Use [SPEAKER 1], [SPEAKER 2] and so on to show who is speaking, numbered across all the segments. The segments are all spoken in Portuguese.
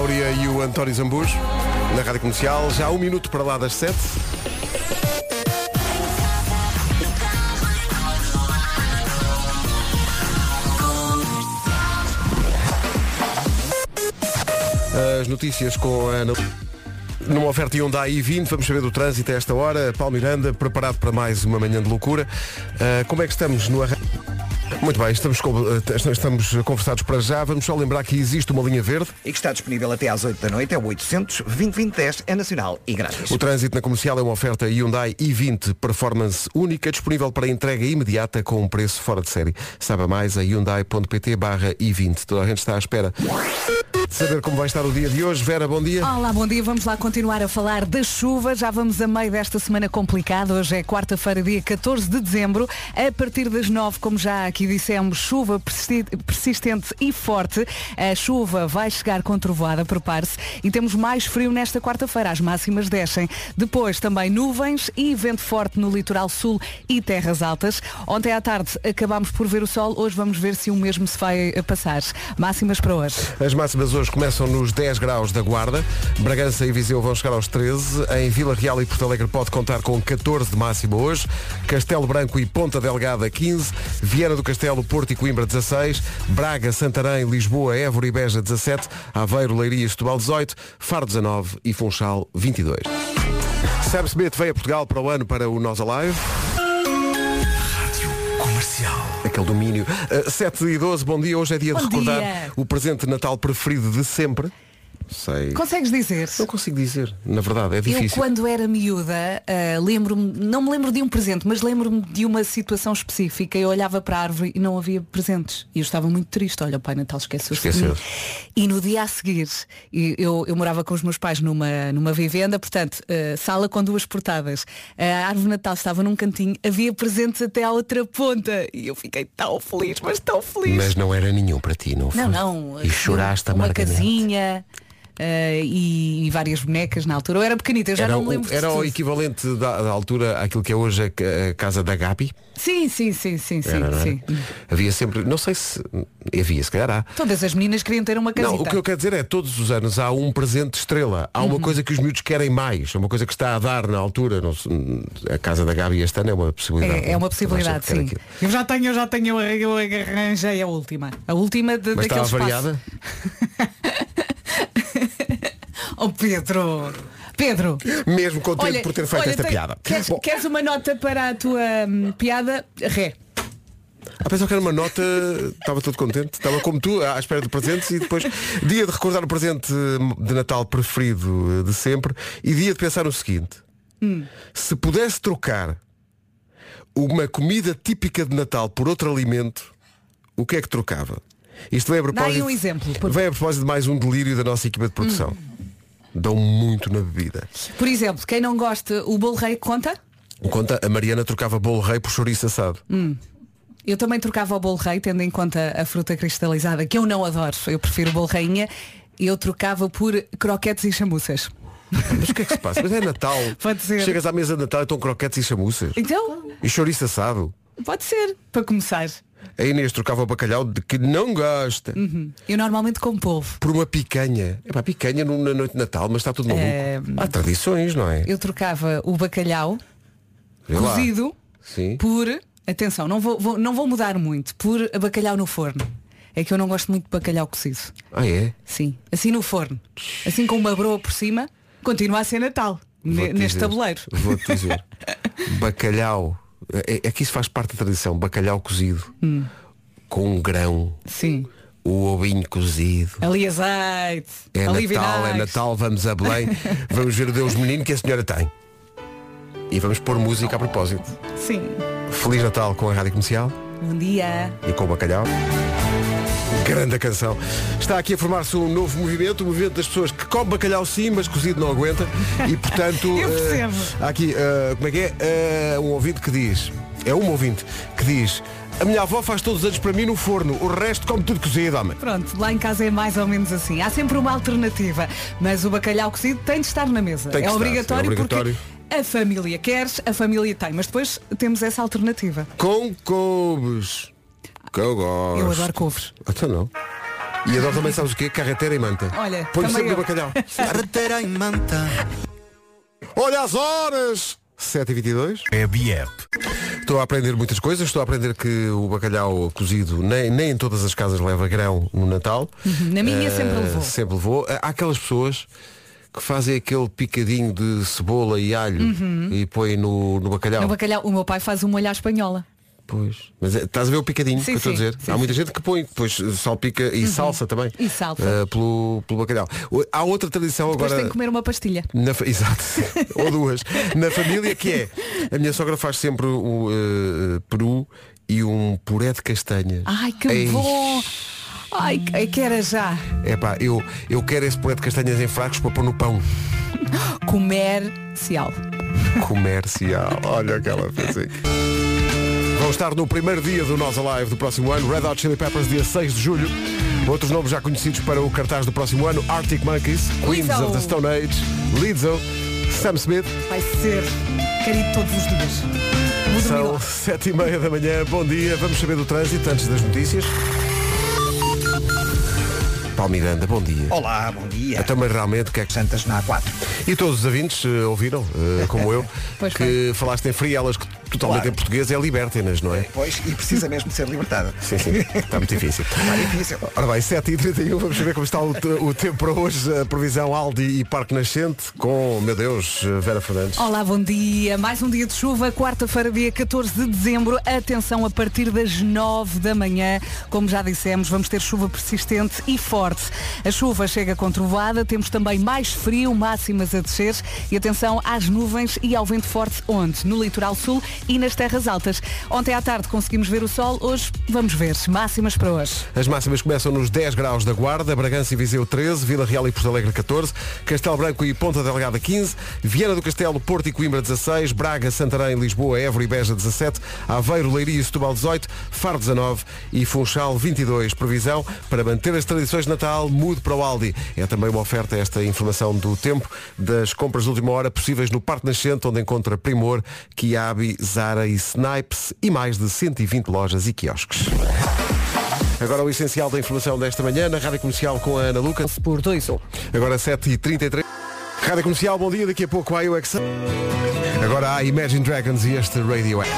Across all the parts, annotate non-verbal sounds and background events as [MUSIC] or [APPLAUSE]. [SPEAKER 1] Júlia e o António Zambus na Rádio Comercial, já um minuto para lá das sete. As notícias com a Ana. Numa oferta Hyundai i20, vamos saber do trânsito a esta hora. Paulo Miranda, preparado para mais uma manhã de loucura. Ah, como é que estamos no arranque? Muito bem, estamos, com- eh, estamos conversados para já. Vamos só lembrar que existe uma linha verde.
[SPEAKER 2] E que está disponível até às 8 da noite, é o 800 2010 é nacional e grátis.
[SPEAKER 1] O trânsito na comercial é uma oferta Hyundai i20 Performance única, disponível para entrega imediata com um preço fora de série. Saiba mais a hyundai.pt barra i20. Toda a gente está à espera de saber como vai estar o dia de hoje. Vera, bom dia.
[SPEAKER 3] Olá, bom dia. Vamos lá continuar a falar da chuva. Já vamos a meio desta semana complicada. Hoje é quarta-feira, dia 14 de dezembro. A partir das 9, como já aqui dissemos, chuva persi- persistente e forte. A chuva vai chegar com trovoada, prepare-se. E temos mais frio nesta quarta-feira. As máximas descem. Depois também nuvens e vento forte no litoral sul e terras altas. Ontem à tarde acabámos por ver o sol. Hoje vamos ver se o mesmo se vai eh, passar. Máximas para hoje.
[SPEAKER 1] As máximas hoje começam nos 10 graus da Guarda. Bragança e Viseu vão chegar aos 13. Em Vila Real e Porto Alegre pode contar com 14 de máxima hoje. Castelo Branco e Ponta Delgada 15. Viana do Castelo, Porto e Coimbra 16. Braga, Santarém, Lisboa, Évora e Beja 17. Aveiro, Leiria e Setúbal 18. Faro 19 e Funchal 22. Sam Smith veio a Portugal para o ano para o Nós Alive. Aquele domínio. Uh, 7 e 12, bom dia. Hoje é dia de
[SPEAKER 3] Bom
[SPEAKER 1] recordar
[SPEAKER 3] dia.
[SPEAKER 1] o presente de Natal preferido de sempre. Sei.
[SPEAKER 3] Consegues dizer?
[SPEAKER 1] Não consigo dizer, na verdade, é
[SPEAKER 3] Eu
[SPEAKER 1] difícil.
[SPEAKER 3] quando era miúda, ah, lembro-me, não me lembro de um presente, mas lembro-me de uma situação específica. Eu olhava para a árvore e não havia presentes. E eu estava muito triste. Olha, o Pai Natal esqueceu-se. de
[SPEAKER 1] Esqueceu.
[SPEAKER 3] mim. E no dia a seguir, e eu, eu morava com os meus pais numa, numa vivenda, portanto, ah, sala com duas portadas. A árvore de Natal estava num cantinho, havia presentes até à outra ponta. E eu fiquei tão feliz, mas tão feliz.
[SPEAKER 1] Mas não era nenhum para ti, não foi?
[SPEAKER 3] Não, não. assim, um
[SPEAKER 1] E choraste
[SPEAKER 3] Uma
[SPEAKER 1] amargamente.
[SPEAKER 3] casinha eh, e, e várias bonecas na altura. Eu era pequenita, eu já
[SPEAKER 1] Era,
[SPEAKER 3] não me
[SPEAKER 1] o,
[SPEAKER 3] lembro
[SPEAKER 1] era
[SPEAKER 3] de
[SPEAKER 1] o
[SPEAKER 3] tudo.
[SPEAKER 1] equivalente da, da altura àquilo que é hoje a, ca- a casa da Gabi.
[SPEAKER 3] Sim, sim, sim, sim, sim,
[SPEAKER 1] Era, não é? era?
[SPEAKER 3] sim.
[SPEAKER 1] Havia sempre, não sei se havia, se calhar há.
[SPEAKER 3] Todas as meninas queriam ter uma casita.
[SPEAKER 1] Não, o que eu quero dizer é todos os anos há um presente de estrela, há
[SPEAKER 3] Uhum.
[SPEAKER 1] uma coisa que os miúdos querem mais, É uma coisa que está a dar na altura. Não se- a casa da Gabi este ano é uma possibilidade.
[SPEAKER 3] É, é uma
[SPEAKER 1] Toda a gente
[SPEAKER 3] possibilidade,
[SPEAKER 1] quer
[SPEAKER 3] sim.
[SPEAKER 1] aquilo.
[SPEAKER 3] Eu já tenho, eu já tenho, eu arranjei a última. A última de,
[SPEAKER 1] Mas
[SPEAKER 3] daquele
[SPEAKER 1] estava
[SPEAKER 3] espaço.
[SPEAKER 1] variada?
[SPEAKER 3] Oh Pedro! Pedro!
[SPEAKER 1] Mesmo contente
[SPEAKER 3] Olha,
[SPEAKER 1] por ter feito
[SPEAKER 3] olha,
[SPEAKER 1] esta
[SPEAKER 3] tem-
[SPEAKER 1] piada.
[SPEAKER 3] Queres,
[SPEAKER 1] Bom,
[SPEAKER 3] queres uma nota para a tua hum, piada? Ré.
[SPEAKER 1] apesar Ah, que era uma nota, estava todo contente, estava como tu, à espera de presentes e depois dia de recordar o presente hum, de Natal preferido eh, de sempre e dia de pensar o seguinte.
[SPEAKER 3] Hum.
[SPEAKER 1] Se pudesse trocar uma comida típica de Natal por outro alimento, o que é que trocava? Isto vem a
[SPEAKER 3] Dá
[SPEAKER 1] propósito,
[SPEAKER 3] aí um exemplo, por- Hum.
[SPEAKER 1] vem a propósito de mais um delírio da nossa equipa de produção. Dão muito na bebida.
[SPEAKER 3] Por exemplo, quem não gosta, o bolo rei conta?
[SPEAKER 1] Conta, a Mariana trocava bolo rei por chouriço assado.
[SPEAKER 3] Eu também trocava o bolo rei, tendo em conta a fruta cristalizada, que eu não adoro, eu prefiro bolo rainha, eu trocava por croquetes e chamuças.
[SPEAKER 1] Mas o que é que se passa? Mas é Natal.
[SPEAKER 3] [LAUGHS] Pode ser.
[SPEAKER 1] Chegas à mesa de Natal e estão croquetes e chamuças.
[SPEAKER 3] Então,
[SPEAKER 1] E chouriço assado.
[SPEAKER 3] pode ser, para começar.
[SPEAKER 1] A Inês trocava o bacalhau de que não gosta
[SPEAKER 3] Uhum. Eu normalmente como polvo.
[SPEAKER 1] por uma picanha. É pá, picanha no- na noite de Natal, mas está tudo maluco.
[SPEAKER 3] É,
[SPEAKER 1] Há tradições, não é?
[SPEAKER 3] Eu trocava o bacalhau
[SPEAKER 1] Vê lá.
[SPEAKER 3] cozido
[SPEAKER 1] Sim.
[SPEAKER 3] por, atenção, não vou, vou- não vou mudar muito, por bacalhau no forno. É que eu não gosto muito de bacalhau cozido.
[SPEAKER 1] Ah, é?
[SPEAKER 3] Sim, assim no forno. Assim com uma broa por cima, continua a ser Natal. ne-
[SPEAKER 1] Vou-te
[SPEAKER 3] neste
[SPEAKER 1] dizer.
[SPEAKER 3] tabuleiro.
[SPEAKER 1] Vou-te
[SPEAKER 3] [LAUGHS]
[SPEAKER 1] dizer. bacalhau. É, é que isso faz parte da tradição. Bacalhau cozido.
[SPEAKER 3] Hum.
[SPEAKER 1] Com um grão.
[SPEAKER 3] Sim.
[SPEAKER 1] O ovinho cozido.
[SPEAKER 3] Ali azeite.
[SPEAKER 1] É Natal, é
[SPEAKER 3] ali vinagre.
[SPEAKER 1] Natal, vamos a
[SPEAKER 3] [LAUGHS]
[SPEAKER 1] Belém, vamos ver o Deus menino que a senhora tem. E vamos pôr música a propósito.
[SPEAKER 3] Sim.
[SPEAKER 1] Feliz Natal com a Rádio Comercial
[SPEAKER 3] Bom dia.
[SPEAKER 1] e com o Bacalhau. Grande canção. Está aqui a formar-se um novo movimento, o movimento das pessoas que come bacalhau sim, mas cozido não aguenta. E portanto,
[SPEAKER 3] [LAUGHS] Eu
[SPEAKER 1] eh,
[SPEAKER 3] percebo.
[SPEAKER 1] há aqui, eh, como é que é? Eh, um ouvinte que diz, é um ouvinte que diz, a minha avó faz todos os anos para mim no forno, o resto come tudo cozido, homem.
[SPEAKER 3] Pronto, lá em casa é mais ou menos assim. Há sempre uma alternativa, mas o bacalhau cozido tem de estar na mesa.
[SPEAKER 1] Tem que
[SPEAKER 3] é,
[SPEAKER 1] estar,
[SPEAKER 3] obrigatório
[SPEAKER 1] é obrigatório.
[SPEAKER 3] porque a família queres, a família tem, mas depois temos essa alternativa.
[SPEAKER 1] Com couves. Que eu gosto.
[SPEAKER 3] Eu adoro couves.
[SPEAKER 1] Até Então não. E adoro também, sabes o quê? Carretera e manta.
[SPEAKER 3] Olha,
[SPEAKER 1] Põe
[SPEAKER 3] também
[SPEAKER 1] sempre no
[SPEAKER 3] eu. [LAUGHS]
[SPEAKER 1] bacalhau.
[SPEAKER 4] Carteira em manta.
[SPEAKER 1] Olha as horas! 7h22.
[SPEAKER 4] É BF.
[SPEAKER 1] Estou a aprender muitas coisas. Estou a aprender que o bacalhau cozido nem, nem em todas as casas leva grão no Natal.
[SPEAKER 3] Uhum. Na minha
[SPEAKER 1] Eh,
[SPEAKER 3] sempre levou.
[SPEAKER 1] Sempre levou. Eh, Há aquelas pessoas que fazem aquele picadinho de cebola e alho e põem no, no bacalhau.
[SPEAKER 3] Uhum. No bacalhau, o meu pai faz uma olhar espanhola.
[SPEAKER 1] Pois. Mas é, estás a ver o picadinho
[SPEAKER 3] Sim,
[SPEAKER 1] que eu estou a
[SPEAKER 3] sim,
[SPEAKER 1] dizer?
[SPEAKER 3] sim, Uhum.
[SPEAKER 1] há muita gente que põe, depois eh, salpica e salsa também.
[SPEAKER 3] E salsa.
[SPEAKER 1] eh, pelo, pelo bacalhau. O- Há outra tradição
[SPEAKER 3] Depois
[SPEAKER 1] agora.
[SPEAKER 3] tem que comer uma pastilha.
[SPEAKER 1] Na fa- [LAUGHS] Exato, ou duas. Na família que é. A minha sogra faz sempre o eh, peru e um puré de castanhas.
[SPEAKER 3] Ai, que
[SPEAKER 1] Ei,
[SPEAKER 3] bom! Ai, que- é que era já.
[SPEAKER 1] Epá, eu, eu quero esse puré de castanhas em fracos para pôr no pão.
[SPEAKER 3] Comercial.
[SPEAKER 1] Comercial. Olha o que ela fez aqui. Vão estar no primeiro dia do Nós Alive do próximo ano, Red Hot Chili Peppers, dia 6 de julho. Outros nomes já conhecidos para o cartaz do próximo ano, Arctic Monkeys, Queens
[SPEAKER 3] Lizzo.
[SPEAKER 1] of the Stone Age, Lizzo, Sam Smith.
[SPEAKER 3] Vai ser querido todos os dias. Vou dormir
[SPEAKER 1] São
[SPEAKER 3] lá.
[SPEAKER 1] sete e meia da manhã. Bom dia. Vamos saber do trânsito antes das notícias. Paulo Miranda, bom dia.
[SPEAKER 2] Olá, bom dia.
[SPEAKER 1] Então, mas realmente, o que é que...
[SPEAKER 2] Santas na A4.
[SPEAKER 1] E todos os ouvintes eh, ouviram, eh, como eu,
[SPEAKER 3] [LAUGHS] Pois
[SPEAKER 1] que falaste em frielas, que totalmente
[SPEAKER 2] Claro.
[SPEAKER 1] em português é libertinas, não é?
[SPEAKER 2] Pois, e precisa mesmo de ser
[SPEAKER 5] [LAUGHS]
[SPEAKER 2] libertada.
[SPEAKER 1] Sim, sim. Está muito difícil.
[SPEAKER 2] Está difícil.
[SPEAKER 1] Ora bem, 7h31, vamos ver como está o, te- o tempo para hoje. A previsão Aldi e Parque Nascente com, meu Deus, eh, Vera Fernandes.
[SPEAKER 3] Olá, bom dia. Mais um dia de chuva, quarta-feira, dia 14 de dezembro. Atenção, a partir das 9 da manhã, como já dissemos, vamos ter chuva persistente e forte. A chuva chega com trovoada, temos também mais frio, máximas a descer. E atenção às nuvens e ao vento forte onde? No litoral sul e nas terras altas. Ontem à tarde conseguimos ver o sol, hoje vamos ver. Máximas para hoje.
[SPEAKER 1] As máximas começam nos 10 graus da Guarda, Bragança e Viseu 13, Vila Real e Porto Alegre 14, Castelo Branco e Ponta Delgada 15, Viana do Castelo, Porto e Coimbra 16, Braga, Santarém, Lisboa, Évora e Beja 17, Aveiro, Leiria e Setúbal 18, Faro 19 e Funchal 22. Previsão para manter as tradições de Natal, mude para o Aldi. É também uma oferta esta informação do tempo das compras de última hora possíveis no Parque Nascente, onde encontra Primor, Kiabi, Zara e Snipes e mais de 120 lojas e quiosques. Agora o essencial da informação desta manhã na Rádio Comercial com a Ana Lucas.
[SPEAKER 3] Por 2 ou.
[SPEAKER 1] Agora 7h33. Rádio Comercial, bom dia. Daqui a pouco há o Excel. Agora há Imagine Dragons e este Radio Act.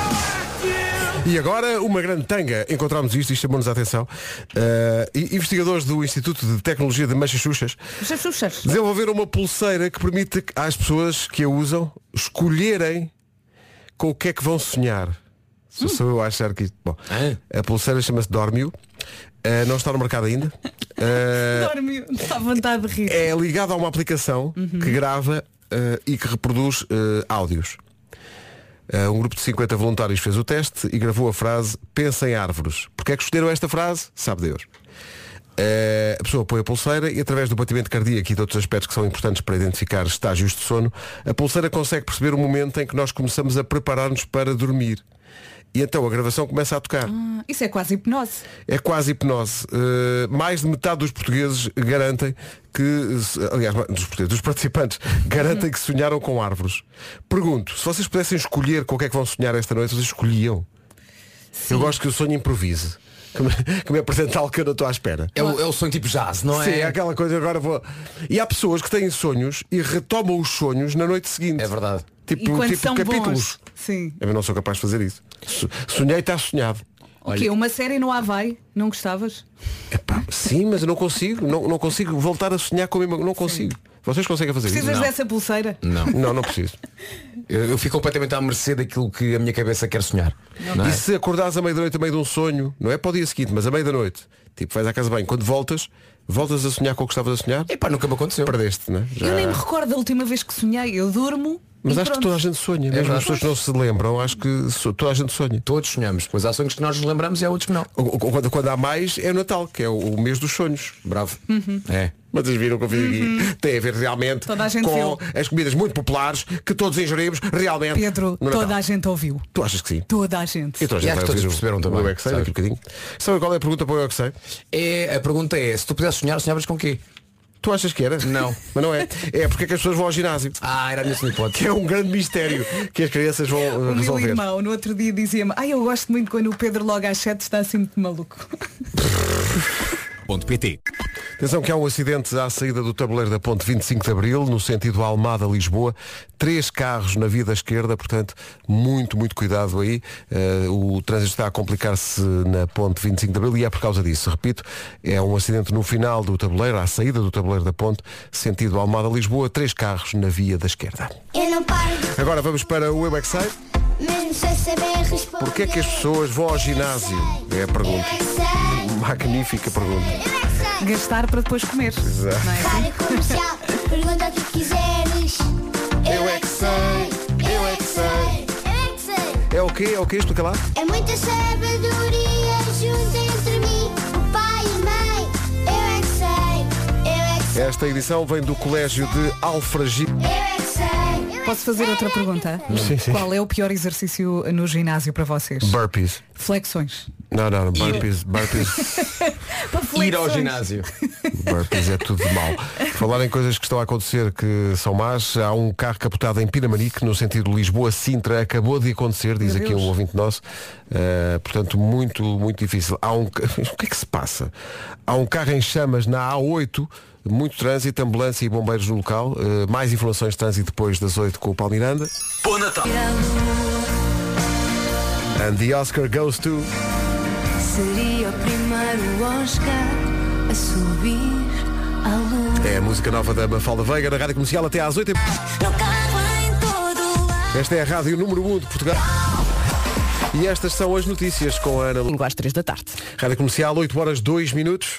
[SPEAKER 1] E agora uma grande tanga. Encontramos isto, isto chamou-nos a atenção. Uh, e- investigadores do Instituto de Tecnologia de Massachusetts desenvolveram uma pulseira que permite que- às pessoas que a usam escolherem com o que é que vão sonhar. Se sou eu a achar que isto. Bom, a pulseira chama-se Dormio. Uh, não está no mercado ainda. Uh,
[SPEAKER 3] Dorme, está à vontade de rir.
[SPEAKER 1] é ligado a uma aplicação que grava eh, e que reproduz eh, áudios. Eh, um grupo de 50 voluntários fez o teste e gravou a frase Pensa em árvores. Porquê é que escolheram esta frase? Sabe Deus. Eh, a pessoa põe a pulseira e através do batimento cardíaco e de outros aspectos que são importantes para identificar estágios de sono, a pulseira consegue perceber o momento em que nós começamos a preparar-nos para dormir. E então a gravação começa a tocar.
[SPEAKER 3] Ah, Isso é quase hipnose.
[SPEAKER 1] É quase hipnose. Uh, mais de metade dos portugueses garantem que, uh, aliás, dos portugueses, dos participantes, [LAUGHS] garantem que sonharam com árvores. Pergunto, se vocês pudessem escolher com o que é que vão sonhar esta noite, vocês escolhiam? Eu gosto que o sonho improvise. [LAUGHS] Que me, que me apresente algo que eu não estou à espera.
[SPEAKER 4] É o, é o sonho tipo jazz, não
[SPEAKER 1] Sim, é
[SPEAKER 4] é?
[SPEAKER 1] aquela coisa agora vou. E há pessoas que têm sonhos e retomam os sonhos na noite seguinte.
[SPEAKER 4] É verdade.
[SPEAKER 1] Tipo,
[SPEAKER 3] e quando
[SPEAKER 1] tipo
[SPEAKER 3] são
[SPEAKER 1] capítulos.
[SPEAKER 3] bons. Sim.
[SPEAKER 1] Eu não sou capaz de fazer isso. So- Sonhei está sonhado.
[SPEAKER 3] O quê? Uma série no Havaí? Não gostavas?
[SPEAKER 1] Epá, sim, mas eu não consigo. Não, não consigo voltar a sonhar com a mesma. Não consigo. Vocês conseguem fazer
[SPEAKER 3] Precisas
[SPEAKER 1] isso?
[SPEAKER 3] dessa pulseira?
[SPEAKER 4] Não.
[SPEAKER 1] Não, não
[SPEAKER 3] [LAUGHS]
[SPEAKER 1] preciso.
[SPEAKER 4] Eu, eu fico completamente à mercê daquilo que a minha cabeça quer sonhar. Não é?
[SPEAKER 1] E se acordares à meia-noite a meio de um sonho, não é para o dia seguinte, mas à meia da noite, tipo, vais à casa bem, quando voltas, voltas a sonhar com o que estavas a sonhar,
[SPEAKER 4] Epá, nunca me aconteceu.
[SPEAKER 1] perdeste, não é? Já-
[SPEAKER 3] Eu nem me recordo da última vez que sonhei. Eu durmo.
[SPEAKER 1] Mas
[SPEAKER 3] e
[SPEAKER 1] acho que
[SPEAKER 3] pronto.
[SPEAKER 1] toda a gente
[SPEAKER 3] É
[SPEAKER 1] sonha, mesmo
[SPEAKER 4] verdade.
[SPEAKER 1] as pessoas que não se lembram, acho que so- toda a gente sonha.
[SPEAKER 4] Todos sonhamos, pois há sonhos que nós nos lembramos e há outros que não.
[SPEAKER 1] O- o- Quando, quando há mais é o Natal, que é o, o mês dos sonhos.
[SPEAKER 4] Bravo. É.
[SPEAKER 1] Mas vocês viram o que eu fiz aqui. Tem a ver realmente
[SPEAKER 3] Uhum. Toda a gente
[SPEAKER 1] com
[SPEAKER 3] viu.
[SPEAKER 1] as comidas muito populares que todos ingerimos realmente.
[SPEAKER 3] Pedro,
[SPEAKER 1] no Natal.
[SPEAKER 3] toda a gente ouviu.
[SPEAKER 1] Tu achas que sim?
[SPEAKER 3] Toda a gente.
[SPEAKER 1] E toda a
[SPEAKER 4] E
[SPEAKER 1] gente vai
[SPEAKER 4] acho que todos
[SPEAKER 1] ouvir o-
[SPEAKER 4] perceberam
[SPEAKER 1] o
[SPEAKER 4] também,
[SPEAKER 1] Eu é que sei,
[SPEAKER 4] sabe?
[SPEAKER 1] daqui a bocadinho. Sabe qual é a pergunta para o Eu é que sei?
[SPEAKER 4] É, a pergunta é, se tu pudesses sonhar, sonhavas com quê?
[SPEAKER 1] Tu achas que era?
[SPEAKER 4] Não.
[SPEAKER 1] Mas não é. É porque é que as pessoas vão ao ginásio.
[SPEAKER 4] Ah, era a minha segunda hipótese.
[SPEAKER 1] Que é um grande mistério que as crianças vão eh,
[SPEAKER 3] O meu
[SPEAKER 1] resolver.
[SPEAKER 3] irmão no outro dia dizia-me, ai eu gosto muito quando o Pedro logo às 7 está assim muito maluco.
[SPEAKER 6] tabeleiroponto.pt
[SPEAKER 1] Atenção que há um acidente à saída do tabuleiro da Ponte 25 de Abril, no sentido Almada-Lisboa. Três carros na vida esquerda, portanto, muito, muito cuidado aí. Eh, o trânsito está a complicar-se na Ponte 25 de Abril e é por causa disso. Repito, é um acidente no final do tabuleiro, à saída do tabuleiro da Ponte, sentido Almada-Lisboa. Três carros na via da esquerda.
[SPEAKER 7] Eu não paro,
[SPEAKER 1] Agora vamos para o É Website.
[SPEAKER 7] mesmo sem saber responder.
[SPEAKER 1] Porquê é que as pessoas vão ao ginásio? É a
[SPEAKER 7] Eu
[SPEAKER 1] pergunta.
[SPEAKER 7] é que sei,
[SPEAKER 1] Magnífica pergunta.
[SPEAKER 7] eu é que sei.
[SPEAKER 3] [LAUGHS] Gastar para depois comer.
[SPEAKER 1] Exato.
[SPEAKER 3] Não é assim?
[SPEAKER 7] Para comercial, pergunta o que quiseres. Eu é que sei, eu é que sei, eu é que sei.
[SPEAKER 1] É o quê? É o quê? Explica lá.
[SPEAKER 7] É muita sabedoria junto entre mim, o pai e a mãe. Eu é que sei, eu é que sei,
[SPEAKER 1] Esta edição vem do Colégio de Alfragi.
[SPEAKER 7] eu é que sei.
[SPEAKER 3] Posso fazer outra pergunta?
[SPEAKER 1] Sim, sim.
[SPEAKER 3] Qual é o pior exercício no ginásio para vocês?
[SPEAKER 1] Burpees.
[SPEAKER 3] Flexões.
[SPEAKER 1] Não, não, não, burpees, [LAUGHS] burpees,
[SPEAKER 4] Ir ao ginásio.
[SPEAKER 1] burpees é tudo de
[SPEAKER 3] [LAUGHS]
[SPEAKER 1] mal. Falar em coisas que estão a acontecer que são más, há um carro capotado em Pinamanique, no sentido Lisboa-Sintra, acabou de acontecer, diz
[SPEAKER 3] Meu
[SPEAKER 1] aqui um
[SPEAKER 3] Deus.
[SPEAKER 1] ouvinte nosso. Uh, portanto, muito, muito difícil. Há um... ca- [LAUGHS] O que é que se passa? Há um carro em chamas na A8, muito trânsito, ambulância e bombeiros no local. Uh, mais informações de trânsito depois das 8 com o Palmiranda.
[SPEAKER 6] Bom Natal!
[SPEAKER 1] And the Oscar goes to...
[SPEAKER 8] Seria o primeiro Oscar a subir à lua.
[SPEAKER 1] É a música nova da Mafalda Veiga na Rádio Comercial até às 8
[SPEAKER 8] No carro em todo lado.
[SPEAKER 1] Esta é a Rádio Número 1 de Portugal. E estas são as notícias com a Ana Lu-
[SPEAKER 9] Domingo às 3 da tarde.
[SPEAKER 1] Rádio Comercial, 8 horas 2 minutos.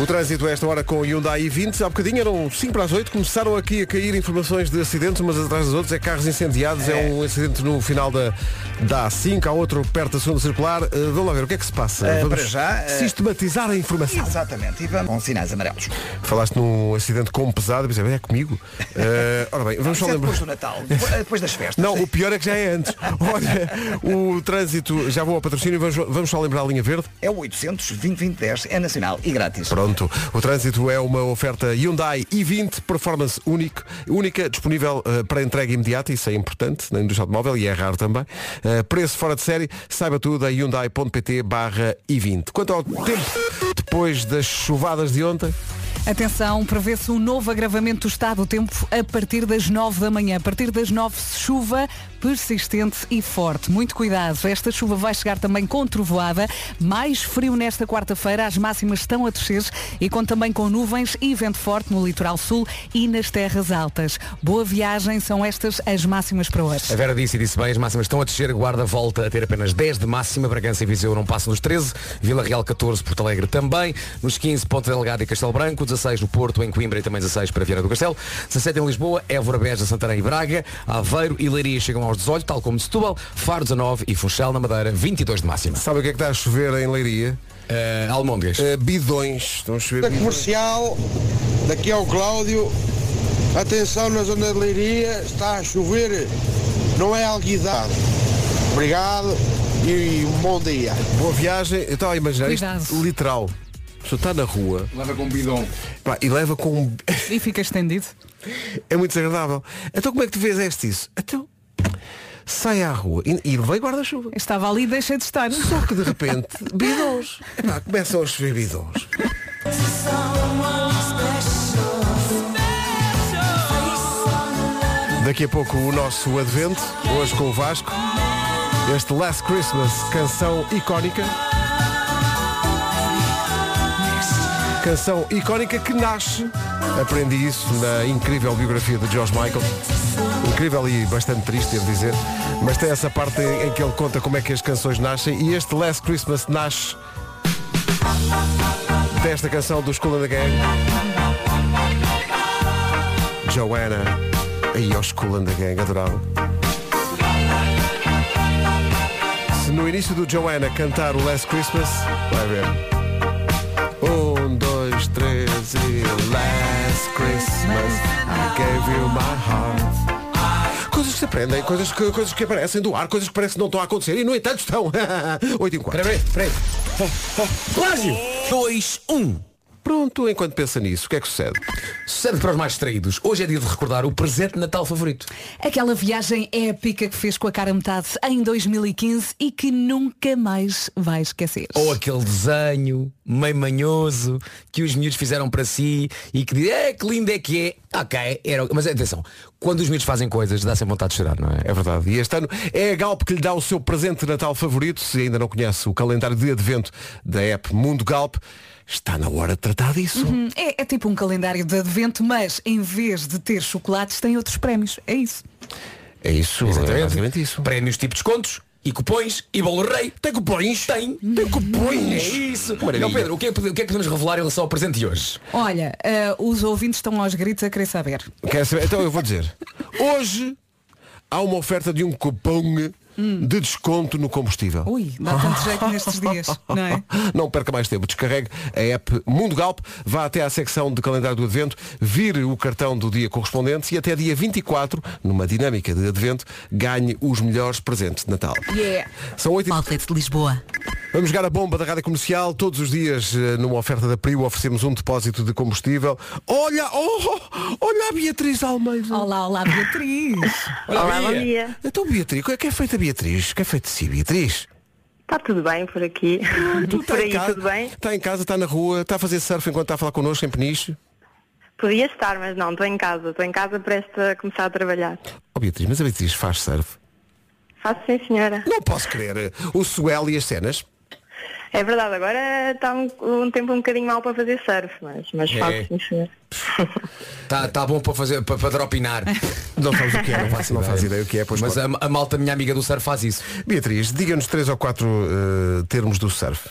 [SPEAKER 1] O trânsito a esta hora com Hyundai i20, há bocadinho eram 5 para as 8, começaram aqui a cair informações de acidentes, umas atrás das outras, é carros incendiados, é, um acidente no final da, da A5, há outro perto da segunda circular. Eh, vamos lá ver o que é que se passa.
[SPEAKER 2] Eh,
[SPEAKER 1] vamos
[SPEAKER 2] para já, eh,
[SPEAKER 1] sistematizar a informação.
[SPEAKER 2] Exatamente, e vamos com sinais amarelos.
[SPEAKER 1] Falaste num acidente como pesado, pensei,
[SPEAKER 2] [LAUGHS]
[SPEAKER 1] é comigo. Eh, ora bem, vamos
[SPEAKER 2] Isso
[SPEAKER 1] só
[SPEAKER 2] é depois do
[SPEAKER 1] lembrar.
[SPEAKER 2] Natal, depois, depois das festas.
[SPEAKER 1] Não, o pior é que já é antes. [LAUGHS] Olha, o trânsito, já vou ao patrocínio, vamos, vamos só lembrar a linha verde.
[SPEAKER 2] É o 800 2010 é nacional e grátis.
[SPEAKER 1] Pronto, o trânsito é uma oferta Hyundai i20, performance único, única, disponível eh, para entrega imediata, isso é importante na indústria automóvel e é raro também. Eh, preço fora de série, saiba tudo em hyundai.pt barra i20. Quanto ao tempo, depois das chuvadas de ontem,
[SPEAKER 3] Atenção, prevê-se um novo agravamento do estado do tempo a partir das 9 da manhã. A partir das 9, chuva persistente e forte. Muito cuidado. Esta chuva vai chegar também com trovoada. Mais frio nesta quarta-feira. As máximas estão a descer e conta também com nuvens e vento forte no litoral sul e nas terras altas. Boa viagem. São estas as máximas para
[SPEAKER 4] A
[SPEAKER 3] hoje.
[SPEAKER 4] Vera disse e disse bem, as máximas estão a descer, Guarda volta a ter apenas 10 de máxima, Bragança e Viseu não passam dos 13, Vila Real 14, Porto Alegre também, nos 15, Ponta Delgada e Castelo Branco, 16 no Porto, em Coimbra e também 16 para Vieira do Castelo, 17 em Lisboa, Évora, Beja, Santarém e Braga, Aveiro e Leiria chegam aos 18, tal como Setúbal, Faro 19 e Funchal na Madeira 22 de máxima.
[SPEAKER 1] sabe o que é que está a chover em Leiria?
[SPEAKER 4] Eh, Almôndegas.
[SPEAKER 1] Eh, bidões, estão a chover
[SPEAKER 10] Da
[SPEAKER 1] bidões.
[SPEAKER 10] comercial, daqui ao Cláudio. Atenção na zona de Leiria, está a chover, não é alguidade. Obrigado e um bom dia.
[SPEAKER 1] Boa viagem, eu estava a imaginar isto
[SPEAKER 3] Cuidado.
[SPEAKER 1] literal. A pessoa está na rua
[SPEAKER 4] Leva com bidon.
[SPEAKER 1] pá, e leva com. um- [LAUGHS]
[SPEAKER 3] E fica estendido.
[SPEAKER 1] é muito desagradável. Então como é que tu fizeste isso? Então sai à rua e, e levei guarda-chuva.
[SPEAKER 3] Estava ali e deixa de estar.
[SPEAKER 1] Só que de repente, bidons. Pá, começam a chover bidons. Daqui a pouco o nosso advento, hoje com o Vasco. Este Last Christmas, canção icónica. Canção icónica que nasce, aprendi isso na incrível biografia de George Michael. Incrível e bastante triste, devo dizer. Mas tem essa parte em em que ele conta como é que as canções nascem e este Last Christmas nasce desta canção do School and the Gang. Joanna e o School and the Gang, adorava. Se no início do Joanna cantar o Last Christmas, vai ver. Um, dois, três e Last Christmas I gave you my heart. Coisas que se aprendem, coisas que, coisas que aparecem do ar, coisas que parecem que não estão a acontecer e no entanto [LAUGHS] estão. 8 e 4.
[SPEAKER 4] Peraí, peraí. Plágio!
[SPEAKER 6] 2, 1.
[SPEAKER 1] Pronto, enquanto pensa nisso, o que é que sucede?
[SPEAKER 4] um. Sucede para os mais distraídos. Hoje é dia de recordar o presente de Natal favorito.
[SPEAKER 3] Aquela viagem épica que fez com a cara a metade em 2015 e que nunca mais vai esquecer.
[SPEAKER 4] Ou aquele desenho meio manhoso que os miúdos fizeram para si e que diz, é que lindo é que é. Ok, era... o- mas atenção, quando os miúdos fazem coisas dá sempre vontade de chorar, não é?
[SPEAKER 1] É verdade. E este ano é a Galp que lhe dá o seu presente de Natal favorito. Se ainda não conhece o calendário de advento da app Mundo Galp, está na hora de tratar disso.
[SPEAKER 3] Hum, É, é tipo um calendário de advento, mas em vez de ter chocolates, tem outros prémios. É isso.
[SPEAKER 1] É isso, é basicamente isso.
[SPEAKER 4] Prémios tipo descontos e cupões e bolo rei. Tem cupões? Tem. Tem cupões. É isso.
[SPEAKER 1] Maravilha.
[SPEAKER 4] Não, Pedro, o que, é, que- o que é que podemos revelar em relação ao presente de hoje?
[SPEAKER 3] Olha, ah, os ouvintes estão aos gritos a querer saber.
[SPEAKER 1] Quer saber? Então eu vou dizer. Hoje há uma oferta de um cupom de desconto no combustível.
[SPEAKER 3] Ui, dá
[SPEAKER 1] [LAUGHS]
[SPEAKER 3] tanto jeito nestes dias, não é?
[SPEAKER 1] Não perca mais tempo. Descarregue a app Mundo Galp, vá até à secção de calendário do Advento, vire o cartão do dia correspondente e até dia 24, numa dinâmica de Advento, ganhe os melhores presentes de Natal.
[SPEAKER 3] Yeah.
[SPEAKER 1] São 8 e...
[SPEAKER 6] Outlet de Lisboa.
[SPEAKER 1] Vamos jogar a bomba da Rádio Comercial. Todos os dias, eh, numa oferta da Priu, oferecemos um depósito de combustível. Olha, oh, olha a Beatriz Almeida.
[SPEAKER 3] Olá, olá, Beatriz.
[SPEAKER 4] Olá, Bia.
[SPEAKER 1] Então, Beatriz, o que é feito a Beatriz? O que é feito de si, Beatriz?
[SPEAKER 9] Está tudo bem por aqui? [LAUGHS] por aí tudo bem?
[SPEAKER 1] Está em casa, está na rua, está a fazer surf enquanto está a falar connosco em Peniche.
[SPEAKER 9] Podia estar, mas não, estou em casa. Estou em casa prestes a começar a trabalhar.
[SPEAKER 1] Oh, Beatriz, mas a Beatriz faz surf.
[SPEAKER 9] Faço sim, senhora.
[SPEAKER 1] Não posso crer. O swell e as cenas.
[SPEAKER 9] É verdade, agora está um, um tempo um bocadinho mau para fazer surf, mas, mas
[SPEAKER 4] É.
[SPEAKER 9] faço sim, senhora.
[SPEAKER 4] Está tá bom para fazer para, para dropinar.
[SPEAKER 1] [LAUGHS] Não sabes o que é, não faço, não faz ideia o que é, pois
[SPEAKER 4] Mas
[SPEAKER 1] pode.
[SPEAKER 4] a, a malta minha amiga do surf faz isso.
[SPEAKER 1] Beatriz, diga-nos três ou quatro eh, termos do surf.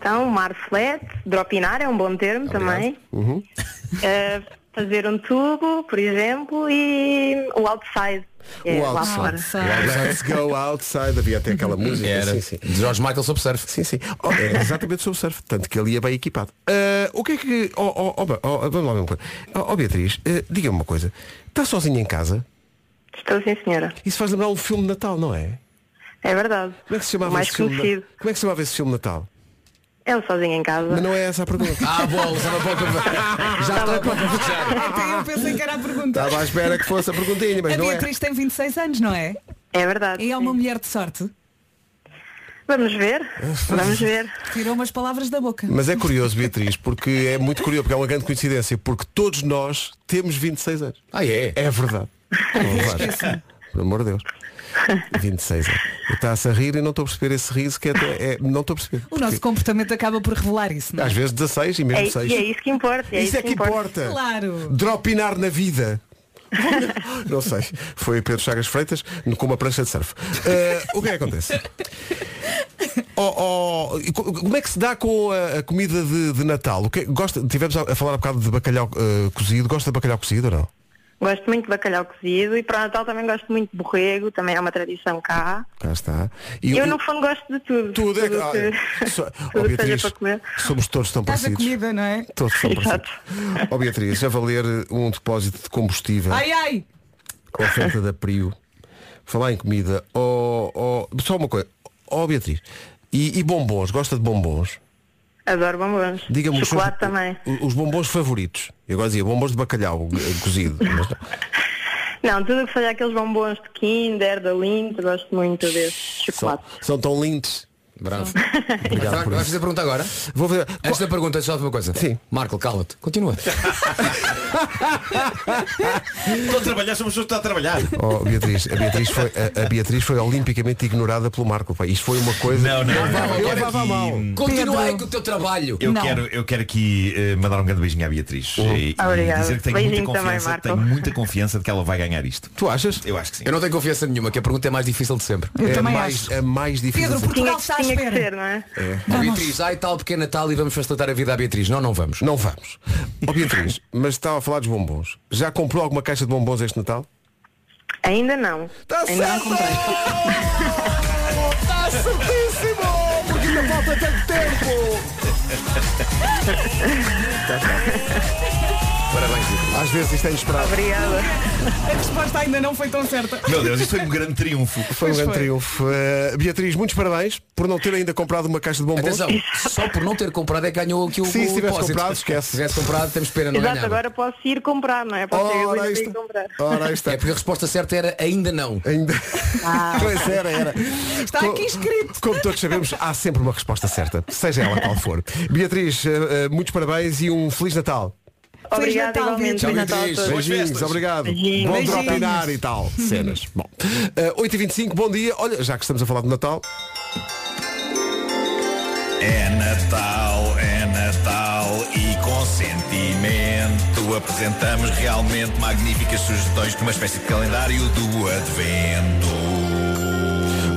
[SPEAKER 9] Então, mar flat, dropinar é um bom termo também.
[SPEAKER 1] Uhum.
[SPEAKER 9] [LAUGHS] Eh, fazer um tubo, por exemplo, e o outside. que é
[SPEAKER 1] O
[SPEAKER 9] lá
[SPEAKER 1] outside.
[SPEAKER 9] fora.
[SPEAKER 1] Let's go outside, havia até aquela música. Sim, sim.
[SPEAKER 4] De George Michael sobre surf.
[SPEAKER 1] Sim, sim. Oh, é exatamente sobre o surf, tanto que ele ia bem equipado. Eh, o que é que. Oh, oh, oh, oh, vamos lá ver uma coisa. Oh, oh, Beatriz, eh, diga-me uma coisa. Está sozinha em casa?
[SPEAKER 9] Estou sim, senhora.
[SPEAKER 1] Isso faz lembrar um filme de Natal, não é?
[SPEAKER 9] É verdade.
[SPEAKER 1] Como é que se chamava
[SPEAKER 9] o mais
[SPEAKER 1] esse filme? de-
[SPEAKER 9] conhecido.
[SPEAKER 1] Como é que se chamava esse filme de Natal?
[SPEAKER 9] É o sozinho em casa.
[SPEAKER 1] Mas não é essa a pergunta.
[SPEAKER 4] Ah, bolo, estava bom para Já estava bom para fechar.
[SPEAKER 3] Até eu pensei que era a pergunta.
[SPEAKER 1] Estava à espera que fosse a perguntinha, mas
[SPEAKER 3] A
[SPEAKER 1] Tá não é.
[SPEAKER 3] Beatriz tem 26 anos, não é?
[SPEAKER 9] É verdade.
[SPEAKER 3] E é uma
[SPEAKER 9] sim.
[SPEAKER 3] mulher de sorte.
[SPEAKER 9] Vamos
[SPEAKER 1] [LAUGHS]
[SPEAKER 9] ver. Vamos ver.
[SPEAKER 3] Tirou umas palavras da boca.
[SPEAKER 1] Mas é curioso, Beatriz, porque é muito curioso, porque é uma grande coincidência, porque todos nós temos 26 anos.
[SPEAKER 4] Ah, é?
[SPEAKER 1] É verdade. Não
[SPEAKER 3] É
[SPEAKER 1] levares. Por amor de Deus. 26 anos. Está-se a rir e não estou a perceber esse riso que é, até- é- não estou a perceber.
[SPEAKER 3] O nosso
[SPEAKER 1] Porque
[SPEAKER 3] comportamento acaba por revelar isso, não é?
[SPEAKER 1] Às vezes 16 e
[SPEAKER 9] É,
[SPEAKER 1] mesmo 6.
[SPEAKER 9] e é isso que importa. É
[SPEAKER 1] Isso é que importa.
[SPEAKER 3] Claro.
[SPEAKER 1] Dropinar na vida. [LAUGHS] Não sei. Foi Pedro Chagas Freitas no- com uma prancha de surf. Eh, o que é que
[SPEAKER 3] [LAUGHS]
[SPEAKER 1] acontece? Oh, oh, e co- como é que se dá com a, a comida de, de Natal? O que, é, gosta, tivemos a, a falar há bocado de bacalhau eh, cozido. Gosta de bacalhau cozido ou não?
[SPEAKER 9] Gosto muito de bacalhau cozido e para o Natal também gosto muito de borrego, também é uma tradição cá.
[SPEAKER 1] Cá está.
[SPEAKER 9] Eu,
[SPEAKER 1] E o-
[SPEAKER 9] no fundo gosto de tudo.
[SPEAKER 1] [LAUGHS] Tudo é.
[SPEAKER 9] o que-
[SPEAKER 1] Ah, só-
[SPEAKER 9] [LAUGHS] tudo
[SPEAKER 1] oh,
[SPEAKER 9] o que
[SPEAKER 1] Beatriz,
[SPEAKER 9] seja para comer.
[SPEAKER 1] somos todos tão
[SPEAKER 3] Estás a
[SPEAKER 1] parecidos. Tá.
[SPEAKER 3] comida, não é?
[SPEAKER 1] Todos são
[SPEAKER 9] [LAUGHS] Exato.
[SPEAKER 1] parecidos. Ó Beatriz, a valer um depósito de combustível.
[SPEAKER 3] Ai, ai.
[SPEAKER 1] com a oferta da Prio. Falar em comida. Oh, oh, só uma coisa. Oh Beatriz. E, e bombons, gosta de bombons?
[SPEAKER 9] Adoro bombons.
[SPEAKER 1] Diga-me os
[SPEAKER 9] Chocolate
[SPEAKER 1] seus-
[SPEAKER 9] também.
[SPEAKER 1] o- Os bombons favoritos. Eu agora dizia bombons de bacalhau eh, cozido. Mas
[SPEAKER 9] [LAUGHS]
[SPEAKER 1] não.
[SPEAKER 9] Não, tudo o que seja aqueles bombons de Kinder, da Lindt, gosto muito desses
[SPEAKER 1] são,
[SPEAKER 9] chocolates.
[SPEAKER 1] são tão lindos.
[SPEAKER 4] Bravo. Vai- Vai fazer a pergunta agora?
[SPEAKER 1] Vou ver.
[SPEAKER 4] Antes da pergunta, só uma coisa.
[SPEAKER 1] Sim.
[SPEAKER 4] Marco, cala-te. Continua.
[SPEAKER 5] Estou a trabalhar, somos pessoas que estão a trabalhar.
[SPEAKER 1] Oh, Beatriz, a Beatriz, foi, a, a Beatriz foi olimpicamente ignorada pelo Marco. Pá. Isto foi uma coisa.
[SPEAKER 5] Não, não, não.
[SPEAKER 1] levava-
[SPEAKER 5] Eu
[SPEAKER 1] Eu
[SPEAKER 5] quero
[SPEAKER 1] levava a
[SPEAKER 5] aqui-
[SPEAKER 1] mal.
[SPEAKER 4] [LAUGHS] Continua aí com o teu trabalho.
[SPEAKER 5] Eu
[SPEAKER 3] Não.
[SPEAKER 5] quero, eu quero aqui eh, mandar um grande beijinho à Beatriz eh, e,
[SPEAKER 9] Obrigada.
[SPEAKER 5] dizer que tenho
[SPEAKER 9] Beijinho
[SPEAKER 5] muita
[SPEAKER 9] também,
[SPEAKER 5] confiança,
[SPEAKER 9] Marco.
[SPEAKER 5] tenho muita confiança de que ela vai ganhar isto.
[SPEAKER 1] Tu achas?
[SPEAKER 5] Eu acho que sim.
[SPEAKER 4] Eu não tenho confiança nenhuma, que a pergunta é mais difícil de sempre.
[SPEAKER 3] Eu
[SPEAKER 1] é
[SPEAKER 3] também
[SPEAKER 1] mais,
[SPEAKER 3] acho.
[SPEAKER 1] a mais difícil.
[SPEAKER 3] Pedro, porque-
[SPEAKER 9] Tinha,
[SPEAKER 3] Portugal está à
[SPEAKER 9] tinha que
[SPEAKER 3] espera.
[SPEAKER 9] ser, não é?
[SPEAKER 4] Ó, Beatriz, ai tal pequeno Natal e vamos facilitar a vida à Beatriz. Não, não vamos.
[SPEAKER 1] Não vamos. Ó Beatriz, mas estava a falar dos bombons. Já comprou alguma caixa de bombons este Natal?
[SPEAKER 9] Ainda não.
[SPEAKER 1] Está
[SPEAKER 9] Ainda não
[SPEAKER 1] Tá certo!
[SPEAKER 9] comprei.
[SPEAKER 1] Está certíssimo! Porque ainda falta tanto tempo!
[SPEAKER 4] Parabéns, Beatriz.
[SPEAKER 1] Às vezes isto é inesperado.
[SPEAKER 3] Obrigada. A resposta ainda não foi tão certa.
[SPEAKER 5] Meu Deus, isto foi um grande triunfo.
[SPEAKER 1] Foi um
[SPEAKER 3] Pois
[SPEAKER 1] grande
[SPEAKER 3] foi.
[SPEAKER 1] triunfo. Uh, Beatriz, muitos parabéns por não ter ainda comprado uma caixa de bombons.
[SPEAKER 4] Atenção, só por não ter comprado é que ganhou aqui o
[SPEAKER 1] Sim, se tivesse
[SPEAKER 4] depósito.
[SPEAKER 1] comprado,
[SPEAKER 4] [LAUGHS]
[SPEAKER 1] esquece.
[SPEAKER 4] Se tivesse comprado, temos pena, não
[SPEAKER 9] Exato,
[SPEAKER 4] ganhava.
[SPEAKER 9] agora posso ir comprar, não é? Posso ir
[SPEAKER 1] é Ora,
[SPEAKER 9] agora
[SPEAKER 1] aí
[SPEAKER 9] e
[SPEAKER 1] está.
[SPEAKER 9] comprar.
[SPEAKER 1] Ora, aí está.
[SPEAKER 4] É porque a resposta certa era ainda não.
[SPEAKER 1] Ainda. pois era, era.
[SPEAKER 3] Está
[SPEAKER 1] Co-
[SPEAKER 3] aqui escrito.
[SPEAKER 1] Como todos sabemos, há sempre uma resposta certa, seja ela qual for. Beatriz, eh, eh, muitos parabéns e um Feliz Natal.
[SPEAKER 3] Feliz
[SPEAKER 9] Obrigada,
[SPEAKER 3] Natal,
[SPEAKER 9] igualmente.
[SPEAKER 3] Beatriz.
[SPEAKER 9] Feliz Natal a
[SPEAKER 4] Beatriz.
[SPEAKER 9] todos.
[SPEAKER 4] Boas
[SPEAKER 1] Beijinhos,
[SPEAKER 4] festas.
[SPEAKER 1] obrigado.
[SPEAKER 9] Beijinhos.
[SPEAKER 1] Bom
[SPEAKER 3] Beijinhos.
[SPEAKER 1] dropinar e tal. Cenas. Bom. Eh, 8h25, bom dia. Olha, já que estamos a falar de Natal,
[SPEAKER 5] É Natal, é Natal e com sentimento apresentamos realmente magníficas sugestões numa espécie de calendário do Advento.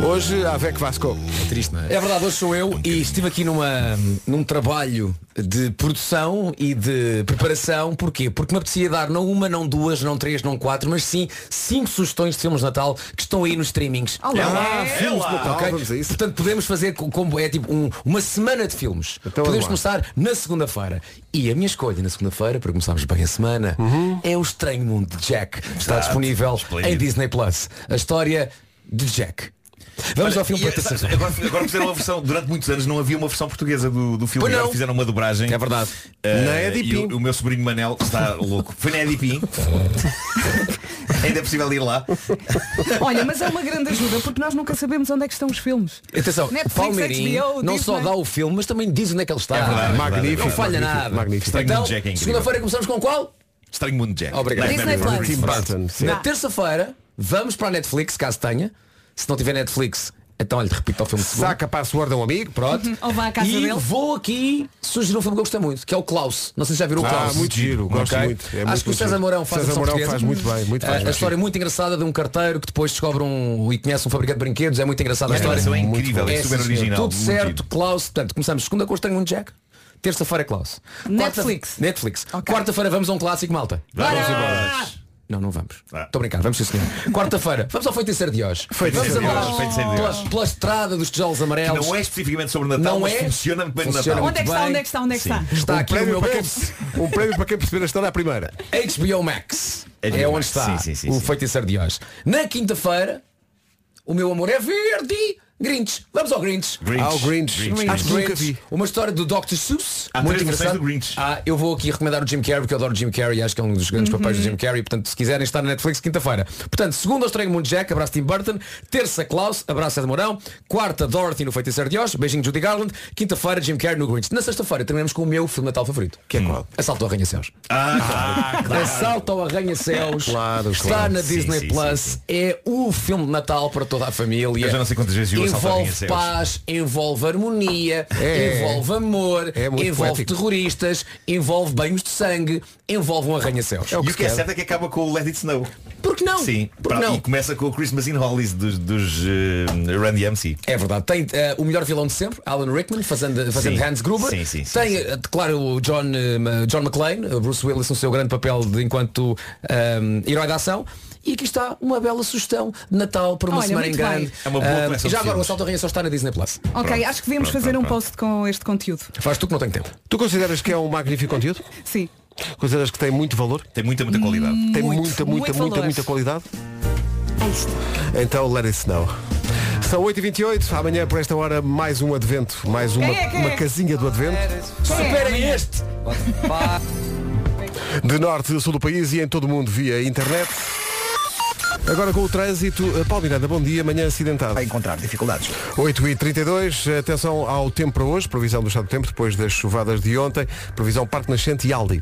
[SPEAKER 1] hoje a VEC Vasco.
[SPEAKER 4] Triste, não é? É verdade, hoje sou eu e estive aqui numa, num trabalho de produção e de preparação. Porquê? Porque me apetecia dar não uma, não duas, não três, não quatro, mas sim cinco sugestões de filmes de Natal que estão aí nos streamings.
[SPEAKER 3] Olá.
[SPEAKER 4] Ah, filmes de Natal,
[SPEAKER 1] Ah,
[SPEAKER 4] ok?
[SPEAKER 1] vamos a isso.
[SPEAKER 4] Portanto, podemos fazer co- como é tipo um- uma semana de filmes.
[SPEAKER 1] Então vamos
[SPEAKER 4] podemos
[SPEAKER 1] lá.
[SPEAKER 4] começar na segunda-feira. E a minha escolha na segunda-feira, para começarmos bem a semana,
[SPEAKER 5] Uhum.
[SPEAKER 4] é o Estranho Mundo de Jack. Está disponível em
[SPEAKER 5] Esplêndido.
[SPEAKER 4] Disney Plus. A história de Jack. Vamos ao filme
[SPEAKER 5] E
[SPEAKER 4] para te
[SPEAKER 5] agora, agora agora fizeram uma versão, durante muitos anos não havia uma versão portuguesa do, do filme,
[SPEAKER 4] Pois
[SPEAKER 5] agora
[SPEAKER 4] não.
[SPEAKER 5] fizeram uma dobragem.
[SPEAKER 4] É verdade.
[SPEAKER 5] Eh,
[SPEAKER 1] Na EDP.
[SPEAKER 5] e o, o meu sobrinho Manel está louco. Foi na EDP. Ainda é possível ir lá.
[SPEAKER 3] Olha, mas é uma grande ajuda porque nós nunca sabemos onde é que estão os filmes.
[SPEAKER 4] Atenção,
[SPEAKER 3] Netflix,
[SPEAKER 4] Palmeirinho
[SPEAKER 3] HBO,
[SPEAKER 4] não
[SPEAKER 3] Disney.
[SPEAKER 4] só dá o filme, mas também diz onde é que ele está.
[SPEAKER 5] É verdade, é verdade.
[SPEAKER 1] Magnífico,
[SPEAKER 4] Não falha
[SPEAKER 1] magnífico,
[SPEAKER 4] nada.
[SPEAKER 1] magnífico.
[SPEAKER 5] Estranho
[SPEAKER 4] Então,
[SPEAKER 5] Mundo Jack é incrível.
[SPEAKER 4] segunda-feira começamos com qual?
[SPEAKER 5] Estranho mundo, Jack.
[SPEAKER 4] Obrigado.
[SPEAKER 5] Nightmare
[SPEAKER 3] Disney
[SPEAKER 5] on Elm
[SPEAKER 3] Plus.
[SPEAKER 1] Tim
[SPEAKER 5] Street.
[SPEAKER 1] Burton. sim.
[SPEAKER 4] Na terça-feira, vamos para a Netflix, caso tenha. Se não tiver Netflix, então olha, repito ao filme de segunda.
[SPEAKER 1] Saca a password a um amigo.
[SPEAKER 4] Pronto.
[SPEAKER 3] Ou vá à casa
[SPEAKER 4] e
[SPEAKER 3] dele.
[SPEAKER 4] vou aqui sugerir um filme que eu gostei muito, que é o Klaus. Não sei se já viram o
[SPEAKER 1] Ah,
[SPEAKER 4] Klaus.
[SPEAKER 1] muito giro, gosto
[SPEAKER 4] Ok?
[SPEAKER 1] muito. É
[SPEAKER 4] Acho
[SPEAKER 1] muito,
[SPEAKER 4] que o
[SPEAKER 1] muito
[SPEAKER 4] César
[SPEAKER 1] giro.
[SPEAKER 4] Mourão faz
[SPEAKER 1] César
[SPEAKER 4] a versão
[SPEAKER 1] Mourão
[SPEAKER 4] portuguesa.
[SPEAKER 1] faz muito bem, muito bem,
[SPEAKER 4] Ah,
[SPEAKER 1] muito
[SPEAKER 4] A história é muito engraçada de um carteiro que depois descobre um e conhece um fabricante de brinquedos. É muito engraçada a
[SPEAKER 5] A
[SPEAKER 4] história.
[SPEAKER 5] animação é incrível,
[SPEAKER 4] É,
[SPEAKER 5] é
[SPEAKER 4] sim,
[SPEAKER 5] super
[SPEAKER 4] senhor.
[SPEAKER 5] original.
[SPEAKER 4] Tudo
[SPEAKER 5] muito
[SPEAKER 4] certo,
[SPEAKER 5] giro.
[SPEAKER 4] Klaus. Portanto, começamos segunda com o Estranho Mundo Jack. Terça-feira, Klaus. Quarta-
[SPEAKER 3] Netflix.
[SPEAKER 4] Netflix. Quarta-feira vamos a um clássico, malta.
[SPEAKER 5] Vamos
[SPEAKER 4] Ah!
[SPEAKER 5] embora.
[SPEAKER 4] Não, não vamos. Estou
[SPEAKER 5] Ah.
[SPEAKER 4] a brincar, vamos sim senhor.
[SPEAKER 5] [LAUGHS]
[SPEAKER 4] Quarta-feira, vamos ao Feiticeiro de Oz.
[SPEAKER 1] Feiticeiro
[SPEAKER 4] vamos
[SPEAKER 5] de
[SPEAKER 4] andar
[SPEAKER 5] Oz, Feiticeiro de
[SPEAKER 4] pela,
[SPEAKER 5] Oz.
[SPEAKER 4] pela estrada dos tijolos amarelos.
[SPEAKER 5] Não é especificamente sobre Natal,
[SPEAKER 4] Não
[SPEAKER 5] mas
[SPEAKER 4] é.
[SPEAKER 5] funciona bem no
[SPEAKER 4] Funciona
[SPEAKER 5] Natal.
[SPEAKER 4] muito
[SPEAKER 3] Onde é que está?
[SPEAKER 4] bem.
[SPEAKER 3] Onde é que está? Onde é que
[SPEAKER 5] Sim.
[SPEAKER 3] está?
[SPEAKER 4] Está
[SPEAKER 1] Um
[SPEAKER 4] aqui o
[SPEAKER 1] prémio,
[SPEAKER 4] meu
[SPEAKER 1] para
[SPEAKER 4] bolso.
[SPEAKER 1] quem, um prémio para quem perceber a história à primeira.
[SPEAKER 4] HBO Max.
[SPEAKER 5] HBO
[SPEAKER 4] é onde
[SPEAKER 5] Max,
[SPEAKER 4] está
[SPEAKER 5] sim, sim, sim,
[SPEAKER 4] o
[SPEAKER 5] sim.
[SPEAKER 4] feiticeiro de Oz. Na quinta-feira, o meu amor é verde. Grinch. Vamos ao Grinch.
[SPEAKER 5] Grinch.
[SPEAKER 1] Ao Grinch.
[SPEAKER 5] Grinch.
[SPEAKER 1] Acho que nunca
[SPEAKER 4] Grinch.
[SPEAKER 1] vi.
[SPEAKER 4] Uma história do Dr. Seuss.
[SPEAKER 5] Há
[SPEAKER 4] muito
[SPEAKER 5] três versões
[SPEAKER 4] engraçado.
[SPEAKER 5] do Grinch.
[SPEAKER 4] Ah, eu vou aqui recomendar o Jim Carrey, porque eu adoro o Jim Carrey, acho que é um dos
[SPEAKER 1] Uhum.
[SPEAKER 4] grandes papéis do Jim Carrey. Portanto, se quiserem estar na Netflix quinta-feira. Portanto, segunda ao Estranho Mundo Jack, abraço Tim Burton. Terça, Klaus, abraço César Mourão. Quarta, Dorothy no Feiticeiro de Oz. Beijinho Judy Garland. Quinta-feira, Jim Carrey no Grinch. Na sexta-feira terminamos com o meu filme de Natal favorito. Que é qual? Assalto ao Arranha-Céus.
[SPEAKER 5] Ah, claro, claro.
[SPEAKER 4] Assalto ao Arranha-Céus
[SPEAKER 1] Claro,
[SPEAKER 4] está
[SPEAKER 1] claro.
[SPEAKER 4] na
[SPEAKER 5] Sim,
[SPEAKER 4] Disney
[SPEAKER 5] sim,
[SPEAKER 4] Plus.
[SPEAKER 5] sim, sim.
[SPEAKER 4] É o filme de Natal para toda a família.
[SPEAKER 5] Eu já não sei quantas vezes vi o Assalto ao
[SPEAKER 4] Envolve
[SPEAKER 5] Arranha-Céus.
[SPEAKER 4] paz, envolve harmonia,
[SPEAKER 1] É.
[SPEAKER 4] envolve amor,
[SPEAKER 1] É muito
[SPEAKER 4] envolve
[SPEAKER 1] poético.
[SPEAKER 4] terroristas, envolve banhos de sangue, envolve um Arranha-Céus.
[SPEAKER 5] E o que é certo é que acaba com o Let It Snow.
[SPEAKER 4] Por que não?
[SPEAKER 5] Sim,
[SPEAKER 4] Por que
[SPEAKER 5] pá,
[SPEAKER 4] não?
[SPEAKER 5] e começa com o Christmas in Hollies dos, dos eh, Randy MC.
[SPEAKER 4] É verdade, tem eh, o melhor vilão de sempre, Alan Rickman, fazendo, fazendo
[SPEAKER 5] Sim.
[SPEAKER 4] Hans Gruber.
[SPEAKER 5] Sim, sim, sim,
[SPEAKER 4] tem,
[SPEAKER 5] sim.
[SPEAKER 4] eh, claro, o John, eh, Ma- John McClane, eh, Bruce Willis no seu grande papel de, enquanto ehm, herói da ação. E aqui está uma bela sugestão de Natal para uma
[SPEAKER 3] Olha,
[SPEAKER 4] semana em
[SPEAKER 3] muito bem.
[SPEAKER 4] grande.
[SPEAKER 5] É uma boa
[SPEAKER 4] Ah,
[SPEAKER 5] coleção de
[SPEAKER 4] já agora o
[SPEAKER 5] filmes.
[SPEAKER 4] Assalto ao Rainha só está na Disney Plus.
[SPEAKER 3] Ok,
[SPEAKER 5] Pronto,
[SPEAKER 3] acho que devíamos
[SPEAKER 5] pronto,
[SPEAKER 3] fazer um
[SPEAKER 5] pronto,
[SPEAKER 3] post com este conteúdo.
[SPEAKER 4] Faz tu que não tenho tempo.
[SPEAKER 1] Tu consideras que é um magnífico conteúdo?
[SPEAKER 3] Sim.
[SPEAKER 1] Consideras que tem muito valor? Hum.
[SPEAKER 5] Tem muita, muita qualidade.
[SPEAKER 1] Tem
[SPEAKER 3] Muito,
[SPEAKER 1] muita,
[SPEAKER 3] muito
[SPEAKER 1] muita, muita,
[SPEAKER 3] valor.
[SPEAKER 1] muita qualidade? Então let it snow. São 8h28, amanhã por esta hora mais um advento, mais uma,
[SPEAKER 3] Quem é, quem
[SPEAKER 1] uma
[SPEAKER 3] é?
[SPEAKER 1] casinha do advento.
[SPEAKER 4] Superem este!
[SPEAKER 1] De norte a sul do país e em todo o mundo via internet. Agora com o trânsito, eh, Paulo Miranda, bom dia, amanhã acidentado.
[SPEAKER 2] Vai encontrar dificuldades.
[SPEAKER 1] 8h32, atenção ao tempo para hoje, previsão do estado do tempo depois das chuvadas de ontem, previsão Parque Nascente e Aldi.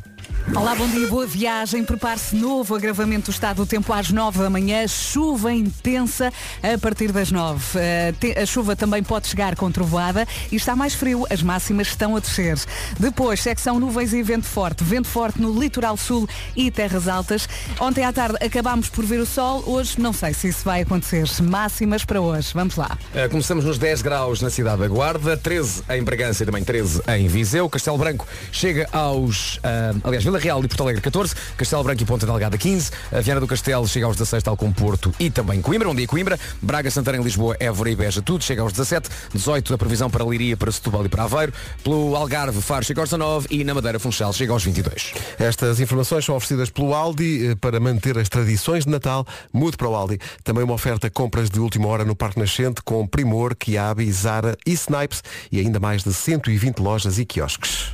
[SPEAKER 3] Olá, bom dia, boa viagem. Prepare-se novo agravamento do estado do tempo às 9 da manhã. Chuva intensa a partir das 9. Eh, te- A chuva também pode chegar com trovoada e está mais frio. As máximas estão a descer. Depois, secção nuvens e vento forte. Vento forte no litoral sul e terras altas. Ontem à tarde acabámos por ver o sol. Hoje não sei se isso vai acontecer. Máximas para hoje. Vamos lá.
[SPEAKER 4] Uh, Começamos nos 10 graus na cidade da Guarda, 13 em Bragança e também 13 em Viseu. Castelo Branco chega aos, ah, aliás, Vila Real e Porto Alegre 14, Castelo Branco e Ponta Delgada 15, a Viana do Castelo chega aos 16, tal como Porto e também Coimbra, um dia Coimbra, Braga, Santarém, Lisboa, Évora e Beja, tudo chega aos 17, 18 a previsão para Liria, para Setúbal e para Aveiro, pelo Algarve, Faro chega aos 19 e na Madeira, Funchal chega aos 22.
[SPEAKER 1] Estas informações são oferecidas pelo Aldi eh, para manter as tradições de Natal. Mude para o Aldi. Também uma oferta compras de última hora no Parque Nascente com Primor, Kiabi, Zara e Snipes e ainda mais de 120 lojas e quiosques.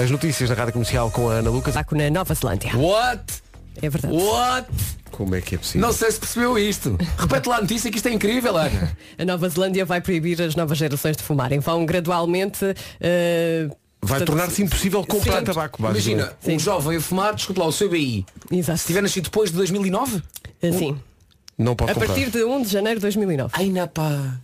[SPEAKER 1] As notícias da Rádio Comercial com a Ana Lucas.
[SPEAKER 8] Taco na Nova Zelândia.
[SPEAKER 4] What?
[SPEAKER 8] É verdade.
[SPEAKER 4] What?
[SPEAKER 1] Como é que é possível?
[SPEAKER 4] Não sei se percebeu isto. Repete lá a notícia que isto é incrível, Ana.
[SPEAKER 8] A Nova Zelândia vai proibir as novas gerações de fumarem. Vão gradualmente. eh,
[SPEAKER 1] Vai
[SPEAKER 8] portanto,
[SPEAKER 1] tornar-se impossível comprar
[SPEAKER 8] Sim.
[SPEAKER 1] tabaco, basicamente.
[SPEAKER 4] Imagina, um
[SPEAKER 8] Sim.
[SPEAKER 4] jovem a fumar, discute lá o seu BI.
[SPEAKER 8] Exato.
[SPEAKER 4] Se tiver nascido depois de 2009?
[SPEAKER 8] Eh, Sim.
[SPEAKER 1] Não pode
[SPEAKER 8] A
[SPEAKER 1] comprar.
[SPEAKER 8] partir de 1 de janeiro de 2009.
[SPEAKER 4] Ai, na pá.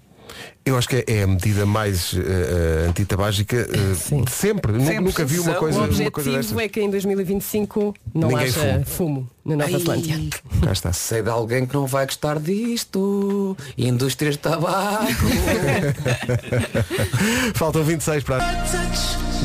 [SPEAKER 1] Eu acho que é a medida mais eh, eh, antitabágica eh,
[SPEAKER 8] Sim.
[SPEAKER 1] de sempre. Nu-
[SPEAKER 8] Sempre.
[SPEAKER 1] Nunca vi uma
[SPEAKER 4] São
[SPEAKER 1] coisa,
[SPEAKER 8] o
[SPEAKER 1] uma coisa
[SPEAKER 8] objetivo
[SPEAKER 1] desta.
[SPEAKER 8] é que em 2025 não
[SPEAKER 1] Ninguém
[SPEAKER 8] haja fumo, na Nova Zelândia.
[SPEAKER 1] Cá está.
[SPEAKER 4] Sei de alguém que não vai gostar disto. Indústrias de tabaco.
[SPEAKER 1] [LAUGHS] Faltam 26 para.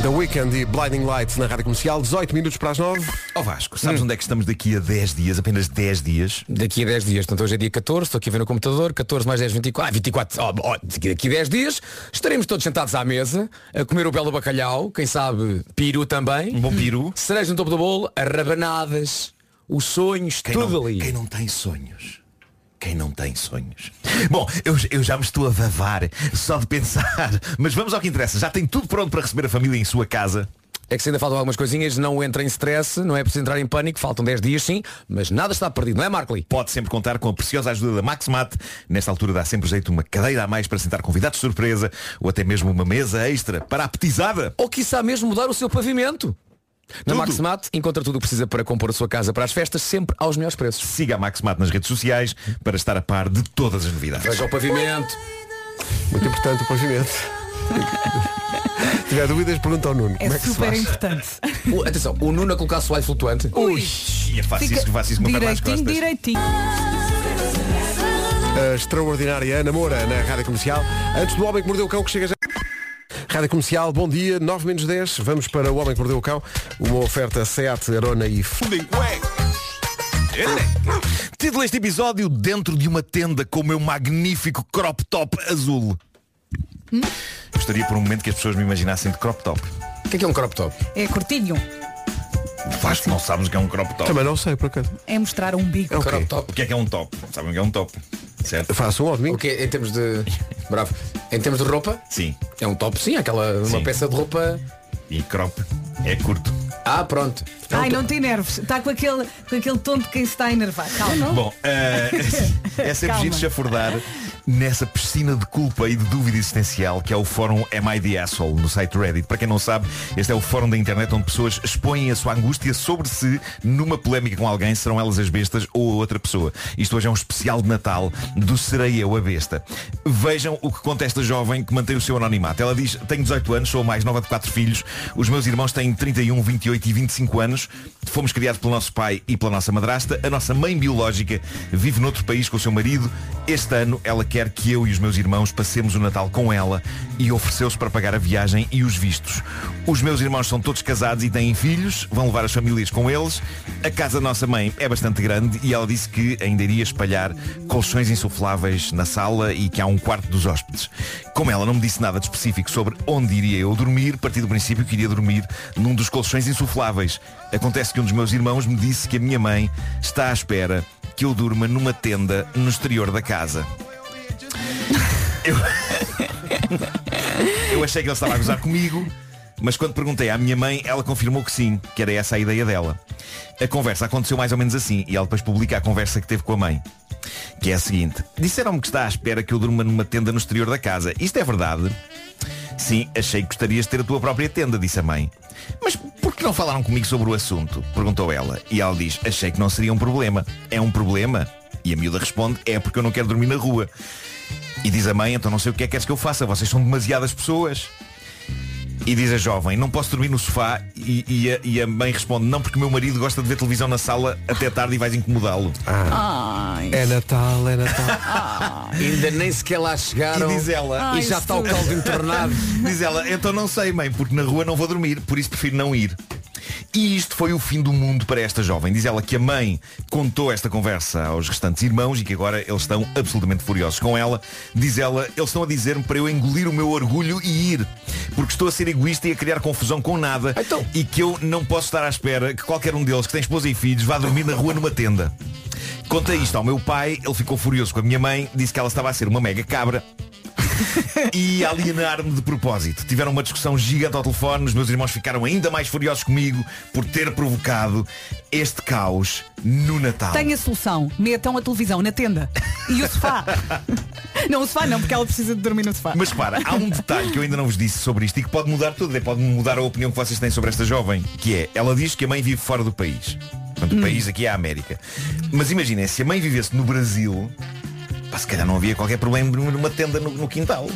[SPEAKER 1] The Weekend e Blinding Lights na rádio comercial, 18 minutos para as 9.
[SPEAKER 10] Ó Vasco, sabes onde é que estamos daqui a 10 dias? Apenas 10 dias?
[SPEAKER 4] Daqui a 10 dias, portanto hoje é dia 14, estou aqui a ver no computador, 14 mais 10, 24, ah, 24, ó, ó, daqui daqui a 10 dias estaremos todos sentados à mesa, a comer o belo bacalhau, quem sabe peru
[SPEAKER 10] Um
[SPEAKER 4] também,
[SPEAKER 10] bom peru?
[SPEAKER 4] cereja no topo do bolo, as rabanadas, os sonhos,
[SPEAKER 10] Quem
[SPEAKER 4] tudo
[SPEAKER 10] não,
[SPEAKER 4] ali.
[SPEAKER 10] Quem não tem sonhos? Quem não tem sonhos? Bom, eu, eu já me estou a vavar só de pensar. [LAUGHS] Mas vamos ao que interessa. Já tem tudo pronto para receber a família em sua casa?
[SPEAKER 4] É que se ainda faltam algumas coisinhas, não entra em stress, não é preciso entrar em pânico, faltam 10 dias sim, mas nada está perdido, não é Markley?
[SPEAKER 10] Pode sempre contar com a preciosa ajuda da Maxmat. Nesta altura dá sempre jeito uma cadeira a mais para sentar convidados de surpresa ou até mesmo uma mesa extra para a petizada.
[SPEAKER 4] Ou quiçá mesmo mudar o seu pavimento. Na
[SPEAKER 10] Tudo.
[SPEAKER 4] Maxmat encontra tudo o que precisa para compor a sua casa para as festas, sempre aos melhores preços.
[SPEAKER 10] Siga a Maxmat nas redes sociais para estar a par de todas as novidades.
[SPEAKER 4] Veja o pavimento.
[SPEAKER 1] Muito importante o
[SPEAKER 3] [LAUGHS]
[SPEAKER 1] pavimento. Se tiver dúvidas, pergunta ao Nuno.
[SPEAKER 3] É,
[SPEAKER 1] Como é que se
[SPEAKER 3] super
[SPEAKER 1] faz? [LAUGHS]
[SPEAKER 3] importante.
[SPEAKER 4] O- atenção, o Nuno a colocar suave flutuante.
[SPEAKER 3] Ui,
[SPEAKER 1] é
[SPEAKER 10] E faço isso, faço isso com o Carlos às
[SPEAKER 3] direitinho,
[SPEAKER 10] costas.
[SPEAKER 3] direitinho.
[SPEAKER 1] A extraordinária Ana Moura na rádio comercial. Antes do Homem que Mordeu o Cão, que chega já. Rádio Comercial, bom dia, 9 menos 10. Vamos para o Homem que Mordeu o Cão. Uma oferta Seat, Arona e F.
[SPEAKER 10] Título deste episódio Dentro de uma tenda com o meu magnífico crop top azul Gostaria por um momento que as pessoas me imaginassem de crop top
[SPEAKER 4] O que é que é um crop top?
[SPEAKER 3] É curtinho.
[SPEAKER 10] Vasco, não sabes o que é um crop top
[SPEAKER 1] Também não sei, por acaso.
[SPEAKER 3] É mostrar um bico.
[SPEAKER 1] o quê?
[SPEAKER 4] Crop top.
[SPEAKER 10] O que é que é um top? Não sabem o que é um top Certo?
[SPEAKER 1] Faço um ao
[SPEAKER 4] O
[SPEAKER 1] domingo.
[SPEAKER 4] que em termos de. Bravo. Em termos de roupa?
[SPEAKER 10] Sim
[SPEAKER 4] É um top sim, aquela uma
[SPEAKER 10] Sim.
[SPEAKER 4] peça de roupa.
[SPEAKER 10] E crop é curto
[SPEAKER 4] Ah, pronto.
[SPEAKER 3] Ai, não te enerves. Está com aquele, com aquele tom de quem se está a enervar. Calma.
[SPEAKER 10] Bom,
[SPEAKER 3] [LAUGHS]
[SPEAKER 10] eh, é sempre
[SPEAKER 3] Calma.
[SPEAKER 10] giro chafurdar nessa piscina de culpa e de dúvida existencial que é o fórum Am I the Asshole no site Reddit. Para quem não sabe, este é o fórum da internet onde pessoas expõem a sua angústia sobre si numa polémica com alguém, serão elas as bestas ou a outra pessoa. Isto hoje é um especial de Natal do Serei Eu a Besta. Vejam o que conta esta jovem que mantém o seu anonimato. Ela diz, tenho 18 anos, sou a mais nova de quatro filhos, os meus irmãos têm 31, 28 e 25 anos, fomos criados pelo nosso pai e pela nossa madrasta, a nossa mãe biológica vive noutro país com o seu marido, este ano ela quer que eu e os meus irmãos passemos o Natal com ela e ofereceu-se para pagar a viagem e os vistos. Os meus irmãos são todos casados e têm filhos, vão levar as famílias com eles. A casa da nossa mãe é bastante grande e ela disse que ainda iria espalhar colchões insufláveis na sala e que há um quarto dos hóspedes. Como ela não me disse nada de específico sobre onde iria eu dormir, parti do princípio que iria dormir num dos colchões insufláveis. Acontece que um dos meus irmãos me disse que a minha mãe está à espera que eu durma numa tenda no exterior da casa. Eu achei que ele estava a gozar comigo, mas quando perguntei à minha mãe, ela confirmou que sim, que era essa a ideia dela. A conversa aconteceu mais ou menos assim, e ela depois publica a conversa que teve com a mãe. Que é a seguinte. Disseram-me que está à espera que eu durma numa tenda no exterior da casa. Isto é verdade? Sim, achei que gostarias de ter a tua própria tenda, disse a mãe. Mas por que não falaram comigo sobre o assunto? Perguntou ela. E ela diz, achei que não seria um problema. É um problema? E a miúda responde, é porque eu não quero dormir na rua. E diz a mãe, então não sei o que é que queres que eu faça, vocês são demasiadas pessoas. E diz a jovem, não posso dormir no sofá e, e a, e a mãe responde, não porque o meu marido gosta de ver televisão na sala até tarde e vais incomodá-lo.
[SPEAKER 1] É Natal, é
[SPEAKER 4] [LAUGHS]
[SPEAKER 1] Natal.
[SPEAKER 4] Ah. Ainda nem sequer lá chegaram. Ah,
[SPEAKER 10] E diz
[SPEAKER 5] Ah.
[SPEAKER 10] ela,
[SPEAKER 4] E já [LAUGHS] está o caldo entornado.
[SPEAKER 10] Diz ela, então não sei, mãe, porque na rua não vou dormir, por isso prefiro não ir.
[SPEAKER 5] E isto foi o fim do mundo para esta jovem. Diz ela que a mãe contou esta conversa aos restantes irmãos e que agora eles estão absolutamente furiosos com ela. Diz ela, eles estão a dizer-me para eu engolir o meu orgulho e ir. Porque estou a ser egoísta e a criar confusão com nada.
[SPEAKER 4] Então,
[SPEAKER 5] E que eu não posso estar à espera que qualquer um deles que tem esposa e filhos vá dormir na rua numa tenda. Contei isto ao meu pai, ele ficou furioso com a minha mãe, disse que ela estava a ser uma mega cabra e alienar-me de propósito. Tiveram uma discussão gigante ao telefone, os meus irmãos ficaram ainda mais furiosos comigo por ter provocado este caos no Natal.
[SPEAKER 3] Tem a solução. Metam a televisão na tenda. E o [LAUGHS] sofá. não, o sofá não, porque ela precisa de dormir no sofá.
[SPEAKER 5] Mas para, há um detalhe que eu ainda não vos disse sobre isto e que pode mudar tudo, e pode mudar a opinião que vocês têm sobre esta jovem, que é, ela diz que a mãe vive fora do país. Portanto, o país aqui é a América. Mas imaginem, se a mãe vivesse no Brasil, pá, se calhar não havia qualquer problema de numa tenda no, no quintal.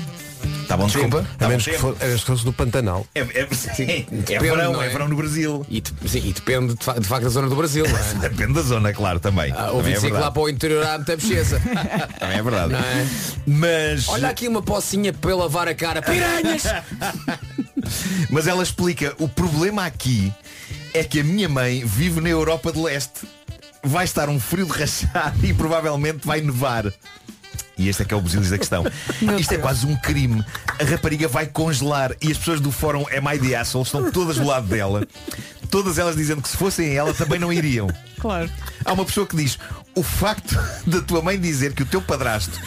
[SPEAKER 5] Está bom
[SPEAKER 1] Desculpa,
[SPEAKER 5] tempo. Está
[SPEAKER 1] a
[SPEAKER 5] bom
[SPEAKER 1] menos que
[SPEAKER 5] tempo.
[SPEAKER 1] for- a menos que fosse no Pantanal.
[SPEAKER 5] É, é, sim, é
[SPEAKER 1] depende,
[SPEAKER 5] verão,
[SPEAKER 1] não
[SPEAKER 5] é?
[SPEAKER 1] é?
[SPEAKER 5] verão no Brasil.
[SPEAKER 4] E, depende de, facto da zona do Brasil.
[SPEAKER 5] [LAUGHS]
[SPEAKER 4] é?
[SPEAKER 5] depende da zona, claro, também. Ah,
[SPEAKER 4] Ouvi
[SPEAKER 5] também, é
[SPEAKER 4] dizer que lá
[SPEAKER 5] verdade.
[SPEAKER 4] para o interior há muita mexeza.
[SPEAKER 5] também é verdade.
[SPEAKER 4] Não
[SPEAKER 5] [LAUGHS]
[SPEAKER 4] é?
[SPEAKER 5] Mas.
[SPEAKER 4] Olha aqui uma pocinha para eu lavar a cara. Piranhas!
[SPEAKER 5] Mas ela explica, o problema aqui é que a minha mãe vive na Europa de Leste. Vai estar um frio de rachado [LAUGHS] e provavelmente vai nevar. E este é que é o busilis da
[SPEAKER 4] [LAUGHS]
[SPEAKER 5] questão. Isto é quase um crime. A rapariga vai congelar e as pessoas do fórum é mais de Asshole estão todas do lado dela. Todas elas dizendo que se fossem ela também não iriam.
[SPEAKER 3] Claro.
[SPEAKER 5] Há uma pessoa que diz O facto [LAUGHS] da tua mãe dizer que o teu padrasto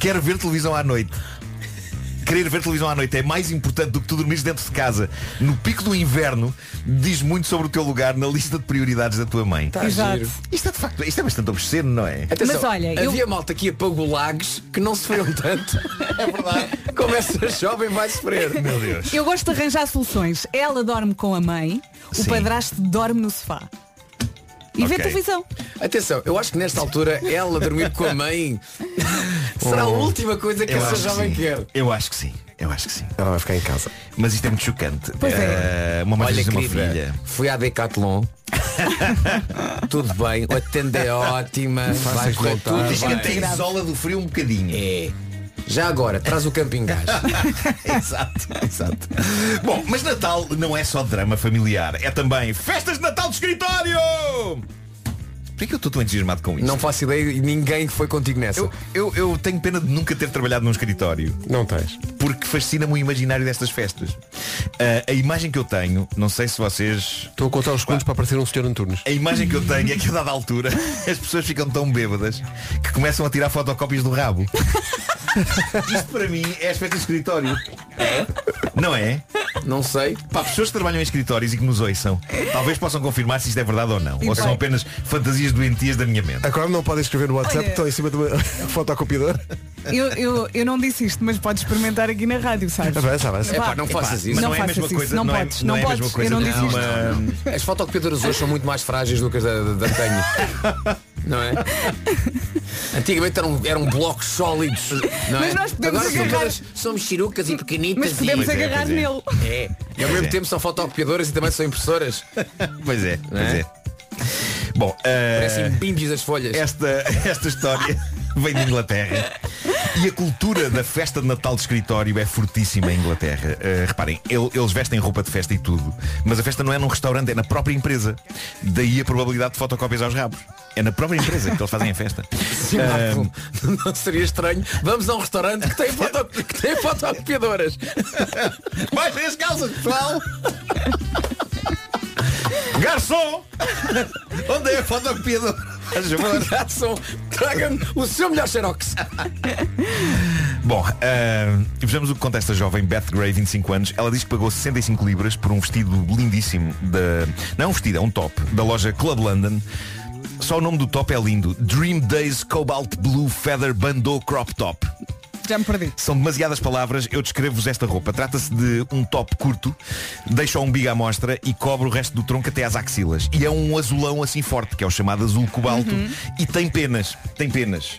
[SPEAKER 5] Quer ver televisão à noite Querer ver televisão à noite é mais importante do que tu dormires dentro de casa no pico do inverno, diz muito sobre o teu lugar na lista de prioridades da tua mãe.
[SPEAKER 4] Tá Exato. giro.
[SPEAKER 5] Isto é de facto, isto é bastante obsceno, não é?
[SPEAKER 4] Atenção, havia malta aqui a pagulagues que não sofreram
[SPEAKER 5] [LAUGHS]
[SPEAKER 4] tanto. É verdade. Como essa jovem vai sofrer.
[SPEAKER 5] Meu Deus.
[SPEAKER 3] Eu gosto de arranjar soluções. Ela dorme com a mãe, o
[SPEAKER 4] Sim.
[SPEAKER 3] padrasto dorme no sofá. E vê
[SPEAKER 4] Ok.
[SPEAKER 3] televisão.
[SPEAKER 4] Atenção, eu acho que nesta altura ela dormir com a
[SPEAKER 5] [LAUGHS]
[SPEAKER 4] mãe será a última coisa que
[SPEAKER 5] Oh. Eu
[SPEAKER 4] essa
[SPEAKER 5] acho que
[SPEAKER 4] jovem
[SPEAKER 5] sim.
[SPEAKER 4] quer.
[SPEAKER 5] Eu acho que sim. Eu acho que sim.
[SPEAKER 1] Ela vai ficar em casa.
[SPEAKER 5] Mas isto é muito chocante.
[SPEAKER 4] Pois
[SPEAKER 3] é.
[SPEAKER 5] Eh, uma mãe
[SPEAKER 4] Olha,
[SPEAKER 5] diz a uma
[SPEAKER 4] querida,
[SPEAKER 5] filha.
[SPEAKER 4] Fui à Decathlon. Tudo bem, a tenda é ótima,
[SPEAKER 5] Faça
[SPEAKER 4] vai correr
[SPEAKER 5] contar,
[SPEAKER 4] tudo.
[SPEAKER 5] Diz que
[SPEAKER 4] bem.
[SPEAKER 5] até isola do frio um bocadinho.
[SPEAKER 4] É. Já agora, traz o camping gás.
[SPEAKER 5] É. [LAUGHS] exato, exato. Bom, mas Natal não é só drama familiar, é também festas de Natal de escritório! Porquê que eu estou tão entusiasmado com isto?
[SPEAKER 4] Não faço ideia e ninguém que foi contigo nessa.
[SPEAKER 5] Eu, eu, eu tenho pena de nunca ter trabalhado num escritório.
[SPEAKER 1] Não tens.
[SPEAKER 5] Porque fascina-me o imaginário destas festas. Ah, a imagem que eu tenho, não sei se vocês.
[SPEAKER 1] Estou a contar os segundos para aparecer um senhor Antunes.
[SPEAKER 5] A imagem que eu tenho é que a dada altura as pessoas ficam tão bêbadas que começam a tirar fotocópias do rabo. Isto para mim é as festas de escritório. É? Não é?
[SPEAKER 4] Não sei.
[SPEAKER 5] Para pessoas que trabalham em escritórios e que nos ouçam, talvez possam confirmar se isto é verdade ou não.
[SPEAKER 1] E
[SPEAKER 5] ou
[SPEAKER 1] vai.
[SPEAKER 5] são apenas fantasias doentias da minha mente.
[SPEAKER 1] Agora não podem escrever no WhatsApp,
[SPEAKER 3] Olha.
[SPEAKER 1] estão em cima de uma [LAUGHS] fotocopiadora.
[SPEAKER 3] Eu, eu, eu não disse isto, mas podes experimentar aqui na rádio, sabes?
[SPEAKER 1] Avança,
[SPEAKER 4] É.
[SPEAKER 1] avança.
[SPEAKER 3] Vá.
[SPEAKER 1] Epá, não faças
[SPEAKER 3] Não,
[SPEAKER 9] é-
[SPEAKER 5] é
[SPEAKER 3] faças isso. Não, podes. Não, podes. eu não disse isto.
[SPEAKER 4] As fotocopiadoras hoje são muito mais frágeis do que as da, da, da antanho. Não é? Antigamente eram, eram blocos sólidos. Não
[SPEAKER 8] Mas
[SPEAKER 4] é?
[SPEAKER 8] nós podemos
[SPEAKER 4] Agora
[SPEAKER 8] agarrar-
[SPEAKER 4] somos, somos chirucas e pequenitas.
[SPEAKER 8] Mas podemos Pois é, agarrar pois é. nele.
[SPEAKER 4] É. E ao
[SPEAKER 5] Pois
[SPEAKER 4] mesmo
[SPEAKER 5] é.
[SPEAKER 4] tempo são fotocopiadoras e também são impressoras.
[SPEAKER 5] [LAUGHS] Pois é,
[SPEAKER 4] Não
[SPEAKER 5] pois é. Bom, ah,
[SPEAKER 4] Parecem bimbis das folhas.
[SPEAKER 5] Esta, [LAUGHS] esta
[SPEAKER 4] [LAUGHS]
[SPEAKER 5] história vem de Inglaterra. E a cultura da festa de Natal de escritório é fortíssima em Inglaterra. Uh, reparem, el- eles vestem roupa de festa e tudo. Mas a festa não é num restaurante, é na própria empresa. Daí a probabilidade de fotocópias aos rabos. É na própria empresa que eles fazem a festa. Eh,
[SPEAKER 4] Sim, Marco, não seria estranho. Vamos a um restaurante que tem, foto, que tem fotocopiadoras.
[SPEAKER 5] Baixem as calças, pessoal! Garçom! [LAUGHS] Onde é a fotocopiadora? Faz favor.
[SPEAKER 4] Garçom, traga-me o seu melhor xerox.
[SPEAKER 5] Bom, ah, vejamos o que conta esta jovem Beth Gray, 25 anos. Ela diz que pagou 65 libras por um vestido lindíssimo da. Não é um vestido, é um top, da loja Club London. Só o nome do top é lindo. Dream Days Cobalt Blue Feather Bandeau Crop Top.
[SPEAKER 3] Já me perdi.
[SPEAKER 5] São demasiadas palavras, eu descrevo-vos esta roupa. Trata-se de um top curto, deixa o umbigo à mostra e cobre o resto do tronco até às axilas. E é um azulão assim forte, que é o chamado azul cobalto.
[SPEAKER 11] Uhum.
[SPEAKER 5] E tem penas, tem penas.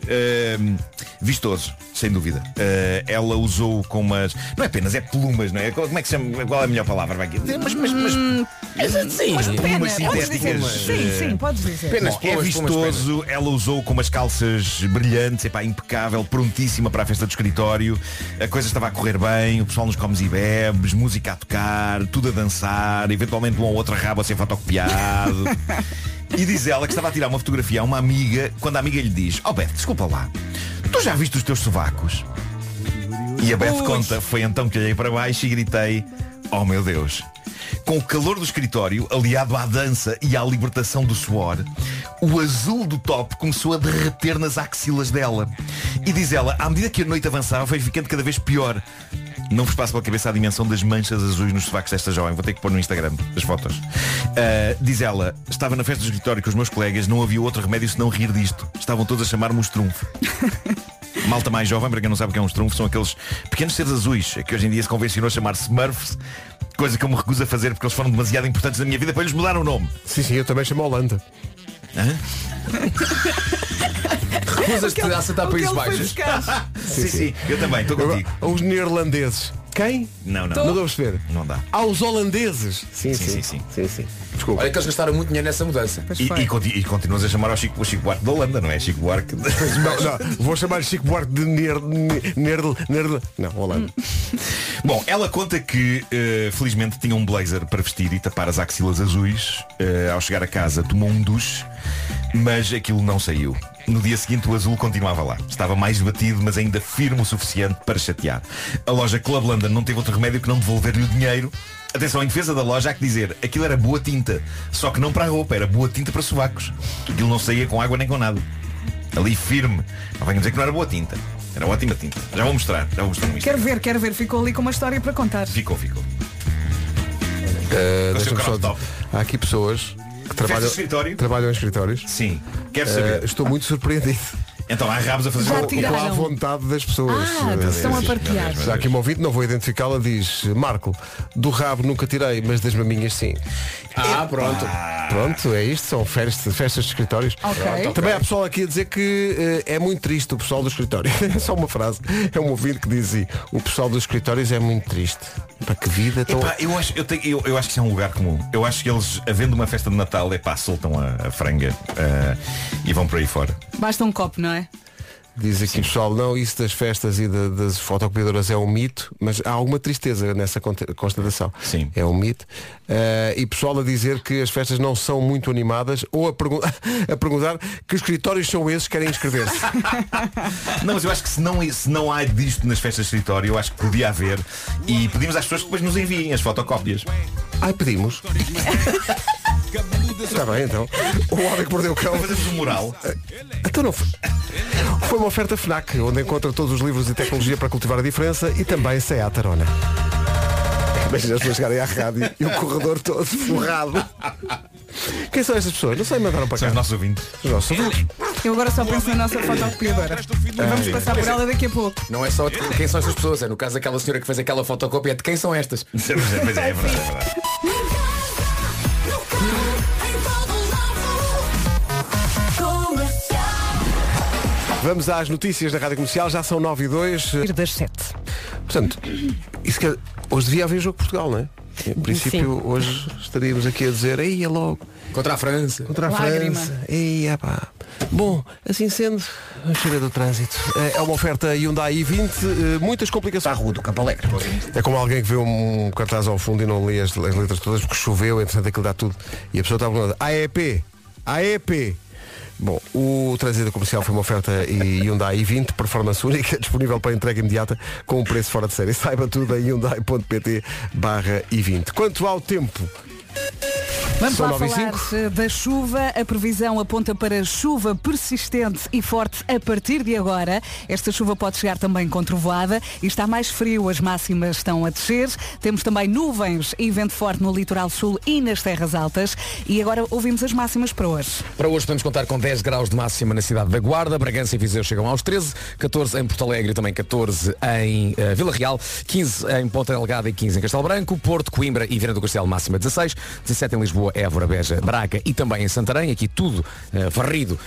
[SPEAKER 5] Ahm, vistoso, sem dúvida. Ah, ela usou com umas. Não é penas, é plumas, não é? Como é que se chama? Qual é a melhor palavra? Vai aqui. Mas, mas, mas... Umas plumas sintéticas. eh,
[SPEAKER 3] Sim, sim, podes dizer.
[SPEAKER 5] Bom, é vistoso, ela usou com umas calças brilhantes, epá, impecável, prontíssima para a festa de escritório, a coisa estava a correr bem, o pessoal nos comes e bebes, música a tocar, tudo a dançar, eventualmente um ou outro rabo a ser fotocopiado. E diz ela que estava a tirar uma fotografia a uma amiga quando a amiga lhe diz, oh Beth, desculpa lá, tu já viste os teus sovacos? E a Beth conta, foi então que olhei para baixo e gritei, oh meu Deus. Com o calor do escritório, aliado à dança e à libertação do suor, o azul do top começou a derreter nas axilas dela. E diz ela, à medida que a noite avançava, foi ficando cada vez pior. Não vos passa pela cabeça a dimensão das manchas azuis nos sovacos desta jovem. Vou ter que pôr no Instagram as fotos. Ah, diz ela, estava na festa do escritório com os meus colegas, não havia outro remédio senão rir disto. Estavam todos a chamar-me um os trunfos. Malta mais jovem, para quem não sabe o que é um trunfo, são aqueles pequenos seres azuis, a que hoje em dia se convencionou chamar Smurfs, coisa que eu me recuso a fazer porque eles foram demasiado importantes na minha vida para lhes mudar o nome.
[SPEAKER 1] Sim, sim, eu também chamo Holanda.
[SPEAKER 5] Hã?
[SPEAKER 4] Recusas-te a aceitar países baixos.
[SPEAKER 5] [LAUGHS] Sim, sim, eu também, estou contigo.
[SPEAKER 1] Os neerlandeses. Quem?
[SPEAKER 5] Não, não,
[SPEAKER 1] Não
[SPEAKER 5] não,
[SPEAKER 1] devo perceber.
[SPEAKER 5] dá.
[SPEAKER 1] Aos holandeses.
[SPEAKER 5] Sim, sim, sim.
[SPEAKER 1] Desculpa.
[SPEAKER 4] Olha que eles gastaram muito dinheiro nessa mudança.
[SPEAKER 3] Pois
[SPEAKER 5] E,
[SPEAKER 3] foi.
[SPEAKER 5] e, conti- e continuas a chamar ao Chico, o Chico Buarque da Holanda, não é? Chico Buarque.
[SPEAKER 1] Não, não, vou chamar Chico Buarque de Nerd, Nerd, Nerd. Não,
[SPEAKER 5] Hum.
[SPEAKER 1] Holanda.
[SPEAKER 5] Bom, ela conta que eh, felizmente tinha um blazer para vestir e tapar as axilas azuis. Eh, ao chegar a casa tomou um duche, mas aquilo não saiu. No dia seguinte o azul continuava lá. Estava mais batido, mas ainda firme o suficiente para chatear. A loja Club London não teve outro remédio que não devolver-lhe o dinheiro. Atenção, em defesa da loja há que dizer, aquilo era boa tinta, só que não para a roupa, era boa tinta para sovacos. Aquilo não saía com água nem com nada. Ali firme. Não venham dizer que não era boa tinta. Era ótima tinta. Já vou mostrar, já vou mostrar no
[SPEAKER 3] Quero
[SPEAKER 5] Instagram.
[SPEAKER 3] ver, quero ver. Ficou ali com uma história para contar.
[SPEAKER 5] Ficou, ficou.
[SPEAKER 1] Uh,
[SPEAKER 5] Com o seu
[SPEAKER 1] Eh, deixa-me só
[SPEAKER 5] crop top.
[SPEAKER 1] dizer, Há aqui pessoas que trabalham,
[SPEAKER 5] um de escritório?
[SPEAKER 1] trabalham em escritórios.
[SPEAKER 5] Sim, quero
[SPEAKER 1] Uh,
[SPEAKER 5] saber.
[SPEAKER 1] estou muito surpreendido
[SPEAKER 5] Então há rabos a fazer
[SPEAKER 3] Eh, Já
[SPEAKER 5] o- o-
[SPEAKER 1] com a
[SPEAKER 3] Tiraram.
[SPEAKER 1] vontade das pessoas.
[SPEAKER 3] Ah,
[SPEAKER 1] Uh,
[SPEAKER 3] estão a
[SPEAKER 5] Deus, meu
[SPEAKER 3] partilhar.
[SPEAKER 5] Deus, meu
[SPEAKER 1] já aqui me ouvinte, não vou identificá-la, diz Marco, do rabo nunca tirei, mas das maminhas sim.
[SPEAKER 4] Ah, pronto.
[SPEAKER 1] Pronto, é isto, são festas, festas de escritórios.
[SPEAKER 3] Ok.
[SPEAKER 1] Também há pessoal aqui a dizer que eh, é muito triste o pessoal do escritório. [LAUGHS] É só uma frase. É um ouvinte que diz assim, o pessoal dos escritórios é muito triste. Para que vida tão.
[SPEAKER 5] Epá, eu, acho, eu, tenho- eu- eu acho que isso é um lugar comum. Eu acho que eles, havendo uma festa de Natal, epá, soltam a, a franga ah, e vão por aí fora.
[SPEAKER 3] Basta um copo, não é?
[SPEAKER 1] Diz aqui pessoal, não, isso das festas e da- das fotocopiadoras é um mito, mas há alguma tristeza nessa conte- constatação.
[SPEAKER 5] Sim.
[SPEAKER 1] É um mito. Eh, e pessoal a dizer que as festas não são muito animadas ou a, pergun- [LAUGHS] a perguntar que escritórios são esses que querem inscrever-se.
[SPEAKER 5] Não, mas eu acho que se não, se não há disto nas festas de escritório, eu acho que podia haver. E pedimos às pessoas que depois nos enviem as fotocópias.
[SPEAKER 1] Ai, Ah, pedimos. Está bem então. O homem que mordeu o cão.
[SPEAKER 5] Fazemos um mural.
[SPEAKER 1] Então não foi. Foi uma oferta FNAC, onde encontra todos os livros e tecnologia para cultivar a diferença e também Seat Tarona. Imagina as pessoas chegarem à rádio e o corredor todo forrado. Quem são estas pessoas? Não sei, mandaram para
[SPEAKER 5] São
[SPEAKER 1] cá.
[SPEAKER 5] os nossos ouvintes. É
[SPEAKER 1] Os nossos ouvintes.
[SPEAKER 3] Eu agora só penso na nossa fotocopiadora. Vamos passar por ela daqui a pouco.
[SPEAKER 4] Não é só de quem são estas pessoas, é no caso aquela senhora que fez aquela fotocópia, é de quem são estas?
[SPEAKER 5] Pois é, pois é, é verdade, é verdade.
[SPEAKER 1] Vamos às notícias da Rádio Comercial, já são 9 e 2.
[SPEAKER 3] Ir das sete.
[SPEAKER 1] Portanto, isso que é, hoje devia haver jogo de Portugal, não é? Em princípio, hoje estaríamos aqui a dizer, aí é logo,
[SPEAKER 4] Contra a França.
[SPEAKER 1] Contra a
[SPEAKER 3] Lágrima.
[SPEAKER 1] França. E, epá. Bom, assim sendo, vamos saber do trânsito. É uma oferta Hyundai i20, eh, muitas complicações.
[SPEAKER 2] Rua do Campo Alegre.
[SPEAKER 1] É como alguém que vê um cartaz ao fundo e não lê as, as letras todas porque choveu, entretanto aquilo dá tudo. E a pessoa está perguntando, AEP, AEP. Bom, o trânsito comercial foi uma oferta e Hyundai i20, performance única, [LAUGHS] disponível para entrega imediata, com um preço fora de série. Saiba tudo em hyundai.pt barra i20. Quanto ao tempo,
[SPEAKER 3] Vamos
[SPEAKER 1] São
[SPEAKER 3] lá
[SPEAKER 1] nove e
[SPEAKER 3] falar
[SPEAKER 1] cinco.
[SPEAKER 3] eh, da chuva. A previsão aponta para chuva persistente e forte a partir de agora. Esta chuva pode chegar também com trovoada e está mais frio. As máximas estão a descer. Temos também nuvens e vento forte no litoral sul e nas terras altas. E agora ouvimos as máximas para hoje.
[SPEAKER 4] Para hoje podemos contar com 10 graus de máxima na cidade da Guarda, Bragança e Viseu chegam aos 13, 14 em Porto Alegre, também 14 em eh, Vila Real, 15 em Ponta Delgada e 15 em Castelo Branco, Porto, Coimbra e Viana do Castelo máxima 16, 17 em Lisboa, Évora, Beja, Braga e também em Santarém, aqui tudo eh, varrido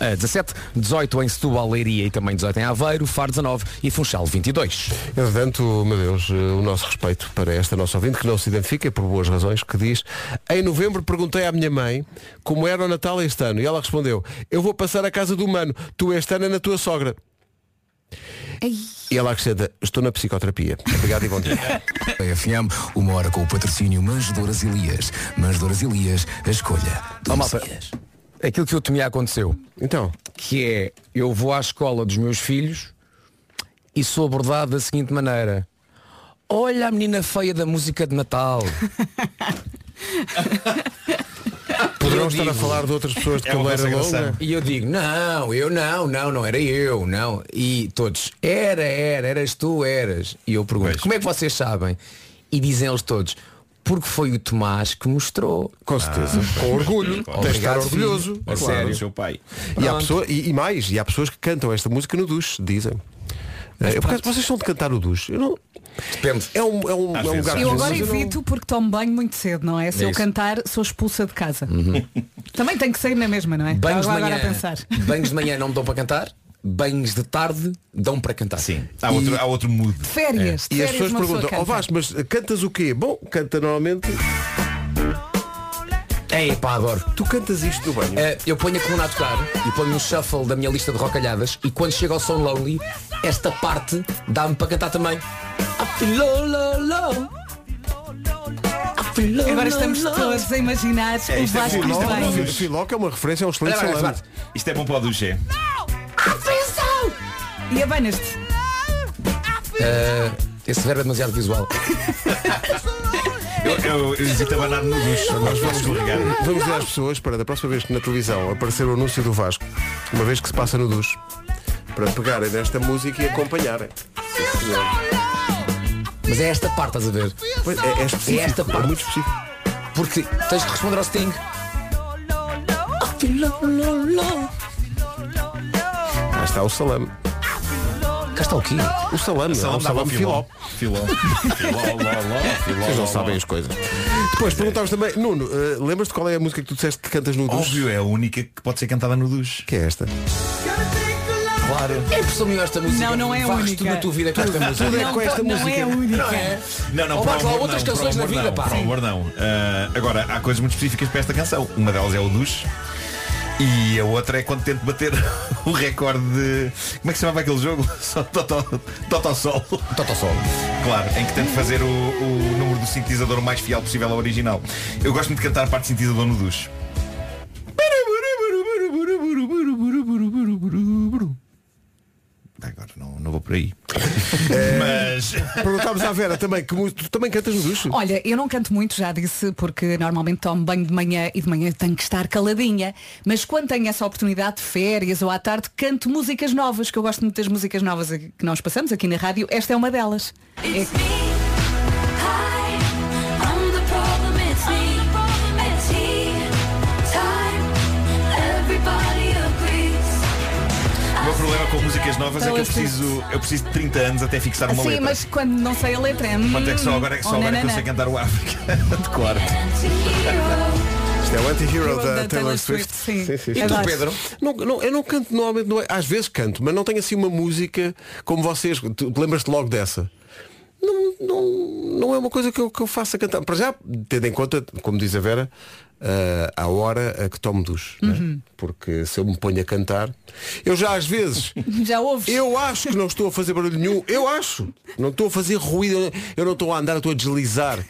[SPEAKER 4] eh, a 17, 18 em Setúbal, Leiria e também 18 em Aveiro, Faro 19 e Funchal 22.
[SPEAKER 1] Entretanto, meu Deus, eh, o nosso respeito para esta nossa ouvinte, que não se identifica por boas razões, que diz, em novembro perguntei à minha mãe como era o Natal este ano e ela respondeu, eu vou passar a casa do mano, tu este ano é na tua sogra. E ela acrescenta, estou na psicoterapia. Obrigado e bom dia.
[SPEAKER 11] [LAUGHS] FM, uma hora com o patrocínio Manjedoras Ilias. Manjedoras Ilias, a escolha do
[SPEAKER 4] Ó, malta, Aquilo que eu temia aconteceu.
[SPEAKER 1] Então.
[SPEAKER 4] Que é, eu vou à escola dos meus filhos e sou abordado da seguinte maneira. Olha a menina feia da música
[SPEAKER 1] [LAUGHS]
[SPEAKER 4] de Natal.
[SPEAKER 1] Poderão estar a falar de outras pessoas
[SPEAKER 4] É
[SPEAKER 1] de cabeleira longa.
[SPEAKER 4] E eu digo, não, eu não, não, não era eu, não. E todos, era, era, eras tu, eras. E eu pergunto, como é que vocês sabem? E dizem eles todos, porque foi o Tomás que mostrou. Ah.
[SPEAKER 1] Com certeza. Com orgulho. Tens de estar orgulhoso.
[SPEAKER 4] A
[SPEAKER 1] Claro.
[SPEAKER 4] sério.
[SPEAKER 1] Seu E, há pessoa, e, e mais, e há pessoas que cantam esta música no duche, dizem. Eh, por acaso, vocês são de cantar no duche? Eu não...
[SPEAKER 4] Depende.
[SPEAKER 1] É um, é um, é um lugar
[SPEAKER 3] Eu
[SPEAKER 1] que-
[SPEAKER 3] agora
[SPEAKER 1] mas eu não-
[SPEAKER 3] evito porque tomo banho muito cedo, não é? Se
[SPEAKER 1] É
[SPEAKER 3] eu
[SPEAKER 1] isso. Uhum.
[SPEAKER 3] cantar, sou expulsa de casa. Também tenho que sair na mesma, não é?
[SPEAKER 4] Banhos de
[SPEAKER 3] Estava agora
[SPEAKER 4] manhã,
[SPEAKER 3] a pensar.
[SPEAKER 4] banhos de manhã não me dão para cantar, banhos de tarde dão para cantar. Sim.
[SPEAKER 5] Há outro- há outro mood.
[SPEAKER 3] Férias.
[SPEAKER 1] É. E as
[SPEAKER 3] férias
[SPEAKER 1] pessoas
[SPEAKER 3] uma pessoa
[SPEAKER 1] perguntam, ó
[SPEAKER 3] canta.
[SPEAKER 1] Vasco, mas eh, cantas o quê? Bom, canta normalmente.
[SPEAKER 4] É pá, adoro. Eh,
[SPEAKER 1] Tu cantas isto é no banho?
[SPEAKER 4] eu ponho a coluna a tocar e ponho um shuffle da minha lista de rocalhadas e quando chega ao som Lonely, esta parte dá-me para cantar também. I feel low, low, low. I feel low,
[SPEAKER 3] Agora
[SPEAKER 4] low,
[SPEAKER 3] estamos
[SPEAKER 4] low.
[SPEAKER 3] todos a imaginar
[SPEAKER 5] É,
[SPEAKER 3] o
[SPEAKER 5] isto é
[SPEAKER 3] Vasco
[SPEAKER 5] bom,
[SPEAKER 3] nos
[SPEAKER 5] isto é bom.
[SPEAKER 3] banhos.
[SPEAKER 1] O Filó que é uma referência a um excelente
[SPEAKER 5] Olha, vai,
[SPEAKER 1] salame.
[SPEAKER 5] Isto é bom para o duché.
[SPEAKER 3] Atenção! E abanas-te.
[SPEAKER 4] Eh, esse verbo é demasiado visual.
[SPEAKER 5] Eu, eu, eu hesito a banana no duche. Nós vamos escorregar.
[SPEAKER 1] Vamos dizer às pessoas para da próxima vez que na televisão aparecer o anúncio do Vasco, uma vez que se passa no duche, para pegarem nesta música e acompanharem. Sim, senhor.
[SPEAKER 4] Mas é esta parte, estás a ver?
[SPEAKER 1] Pois, é, é específico,
[SPEAKER 4] É esta parte.
[SPEAKER 1] muito específico.
[SPEAKER 4] Porque tens de responder ao Sting.
[SPEAKER 1] Cá está o salame.
[SPEAKER 4] Cá está o quê?
[SPEAKER 1] O salame,
[SPEAKER 5] Salame
[SPEAKER 1] é um
[SPEAKER 5] dava
[SPEAKER 1] salame filó.
[SPEAKER 5] Filó. Filó, ló, ló,
[SPEAKER 1] [LAUGHS]
[SPEAKER 5] filó,
[SPEAKER 1] Vocês não
[SPEAKER 5] ló,
[SPEAKER 1] sabem
[SPEAKER 5] ló.
[SPEAKER 1] as coisas. Depois perguntavas também, Nuno, eh, lembras-te qual é a música que tu disseste que cantas no duche?
[SPEAKER 5] Óbvio, é a única que pode ser cantada no duche.
[SPEAKER 1] Que é esta?
[SPEAKER 5] Claro.
[SPEAKER 4] É impressão minha esta música.
[SPEAKER 3] Não, não é a
[SPEAKER 4] Faz
[SPEAKER 3] única.
[SPEAKER 4] tudo na tua vida com esta música.
[SPEAKER 1] Tudo é com esta
[SPEAKER 3] não
[SPEAKER 1] música.
[SPEAKER 3] é a única.
[SPEAKER 4] Não é?
[SPEAKER 5] Não, não,
[SPEAKER 4] Ó,
[SPEAKER 5] para
[SPEAKER 4] Marcos,
[SPEAKER 5] o
[SPEAKER 4] há
[SPEAKER 5] amor
[SPEAKER 4] outras
[SPEAKER 5] não,
[SPEAKER 4] canções
[SPEAKER 5] para o
[SPEAKER 4] na
[SPEAKER 5] amor
[SPEAKER 4] vida,
[SPEAKER 5] não,
[SPEAKER 4] pá.
[SPEAKER 5] Para o amor não. Ah, agora, há coisas muito específicas para esta canção. Uma delas é o duche. E a outra é quando tento bater [LAUGHS] o recorde de... Como é que se chamava aquele jogo? [LAUGHS] Só Totó Totó Sol.
[SPEAKER 4] Toto Sol.
[SPEAKER 5] Claro, em que tento fazer o, o número do sintetizador o mais fiel possível ao original. Eu gosto muito de cantar a parte de sintetizador no duche. Agora não, não vou por aí. Eh, Mas...
[SPEAKER 1] Perguntámos à Vera também, que mu- tu também cantas no duche?
[SPEAKER 3] Olha, eu não canto muito, já disse, porque normalmente tomo banho de manhã e de manhã tenho que estar caladinha. Mas quando tenho essa oportunidade de férias ou à tarde, canto músicas novas, que eu gosto muito das músicas novas que nós passamos aqui na rádio. Esta é uma delas. É-
[SPEAKER 5] O meu problema com músicas novas é que eu preciso, eu preciso de 30 anos até fixar É uma
[SPEAKER 3] Sim,
[SPEAKER 5] letra.
[SPEAKER 3] Então assim- mas quando não sei a letra é.
[SPEAKER 5] Quanto é que só agora, só
[SPEAKER 3] Oh,
[SPEAKER 5] agora é que eu
[SPEAKER 3] nanana.
[SPEAKER 5] sei cantar o África? De cor.
[SPEAKER 1] Isto é o anti-hero da
[SPEAKER 3] Da Taylor
[SPEAKER 1] Taylor Swift.
[SPEAKER 3] Swift, sim.
[SPEAKER 1] E
[SPEAKER 3] Adoro.
[SPEAKER 1] tu, Pedro? Não, não, eu não canto normalmente, não é- às vezes canto, mas não tenho assim uma música como vocês. Tu lembras-te logo dessa? Não, não, não é uma coisa que eu, que eu faço a cantar. Para já, tendo em conta, como diz a Vera, ah, a hora a que tomo duche. né? Porque se eu me ponho a cantar, eu já às vezes
[SPEAKER 3] Já ouves?
[SPEAKER 1] Eu acho que não estou a fazer barulho nenhum. Eu acho. Não estou a fazer ruído. Eu não estou a andar, eu estou a deslizar.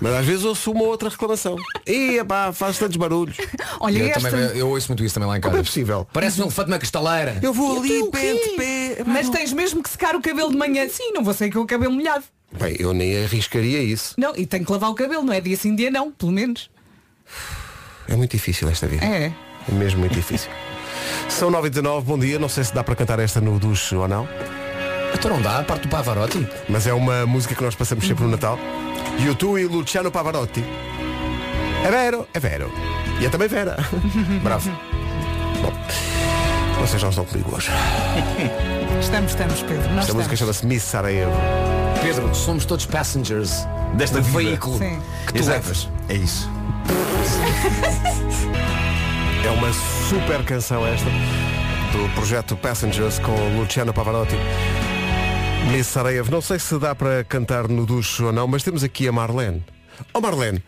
[SPEAKER 1] Mas às vezes ouço uma outra reclamação. E pá, faz tantos barulhos.
[SPEAKER 3] Olha,
[SPEAKER 4] Eu,
[SPEAKER 3] esta.
[SPEAKER 4] também, eu ouço muito isso também lá em casa.
[SPEAKER 1] Como é possível?
[SPEAKER 4] Parece um elefante na cristaleira.
[SPEAKER 1] Eu vou ali,
[SPEAKER 3] Então o quê?
[SPEAKER 1] pente, pé.
[SPEAKER 3] Mas tens mesmo que secar o cabelo de manhã. Sim, não vou sair com o cabelo molhado.
[SPEAKER 1] Bem, eu nem arriscaria isso.
[SPEAKER 3] Não, e tenho que lavar o cabelo, não é dia sim, dia não, pelo menos.
[SPEAKER 1] É muito difícil esta vida.
[SPEAKER 3] É.
[SPEAKER 1] É mesmo muito difícil. São 9 e 19 bom dia. Não sei se dá para cantar esta no duche ou não.
[SPEAKER 4] Então não dá, a parte do Pavarotti.
[SPEAKER 1] Mas é uma música que nós passamos sempre no Natal. YouTube e Luciano Pavarotti. É vero, é vero. E é também Vera. Bravo. Bom, vocês não estão comigo hoje.
[SPEAKER 3] Estamos, estamos, Pedro. Nós
[SPEAKER 1] Esta
[SPEAKER 3] estamos.
[SPEAKER 1] música chama-se Miss Sarajevo.
[SPEAKER 4] Pedro, somos todos passengers
[SPEAKER 5] Desta
[SPEAKER 4] do
[SPEAKER 5] vida.
[SPEAKER 4] veículo
[SPEAKER 3] Sim.
[SPEAKER 4] que tu
[SPEAKER 5] Exato.
[SPEAKER 4] levas.
[SPEAKER 5] É isso.
[SPEAKER 1] É uma super canção esta do projeto Passengers com Luciano Pavarotti. Miss Sarajevo, não sei se dá para cantar no ducho ou não, mas temos aqui a Marlene. Ó Marlene,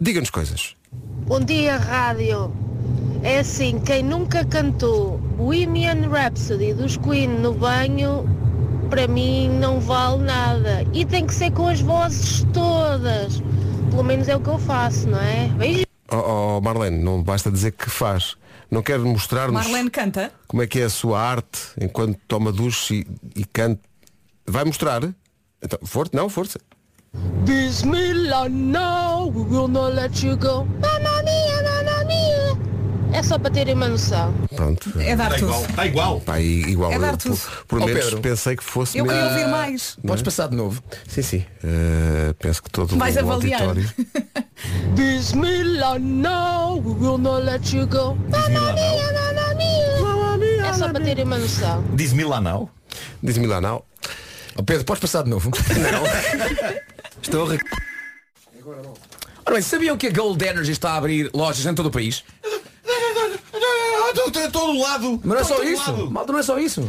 [SPEAKER 1] diga-nos coisas.
[SPEAKER 12] Bom dia, rádio. É assim, quem nunca cantou Bohemian Rhapsody dos Queen no banho para mim não vale nada. E tem que ser com as vozes todas. Pelo menos é o que eu faço, não é? Beijinhos.
[SPEAKER 1] Oh, oh, Marlene, não basta dizer que faz. Não quer mostrar-nos
[SPEAKER 13] Marlene canta.
[SPEAKER 1] como é que é a sua arte enquanto toma duche e, e canta. Vai mostrar? Então, força, não, força.
[SPEAKER 8] This Milan now, we will not let you go.
[SPEAKER 12] Mamma mia, mamma mia. É só para terem uma noção.
[SPEAKER 1] Pronto.
[SPEAKER 12] É dar Está tudo. igual,
[SPEAKER 5] está Tá igual.
[SPEAKER 1] Está i- igual.
[SPEAKER 12] É dar
[SPEAKER 1] Eu,
[SPEAKER 12] tudo.
[SPEAKER 1] Por, por
[SPEAKER 4] Oh,
[SPEAKER 1] menos
[SPEAKER 4] Pedro,
[SPEAKER 1] pensei que fosse
[SPEAKER 4] eu queria
[SPEAKER 1] mesmo.
[SPEAKER 4] ouvir mais.
[SPEAKER 1] Não
[SPEAKER 4] Podes passar de novo?
[SPEAKER 1] Sim, sim. Eh, penso que todo
[SPEAKER 8] Vais
[SPEAKER 1] o
[SPEAKER 8] avaliar.
[SPEAKER 1] auditório.
[SPEAKER 8] This Milan now, we will not let you go.
[SPEAKER 5] Mamma mia,
[SPEAKER 12] mamma mia. Mamma mia. É só para terem uma noção.
[SPEAKER 5] Diz Milanau.
[SPEAKER 1] Diz Milanau.
[SPEAKER 4] Pedro, podes passar de novo? Não. [LAUGHS] Estou a re- Ora bem, sabiam que a Gold Energy está a abrir lojas em todo o país?
[SPEAKER 5] Estou todo lado.
[SPEAKER 4] Mas não é
[SPEAKER 13] Estou
[SPEAKER 4] só
[SPEAKER 13] todo
[SPEAKER 4] isso.
[SPEAKER 13] lado.
[SPEAKER 4] Malta, não é só isso.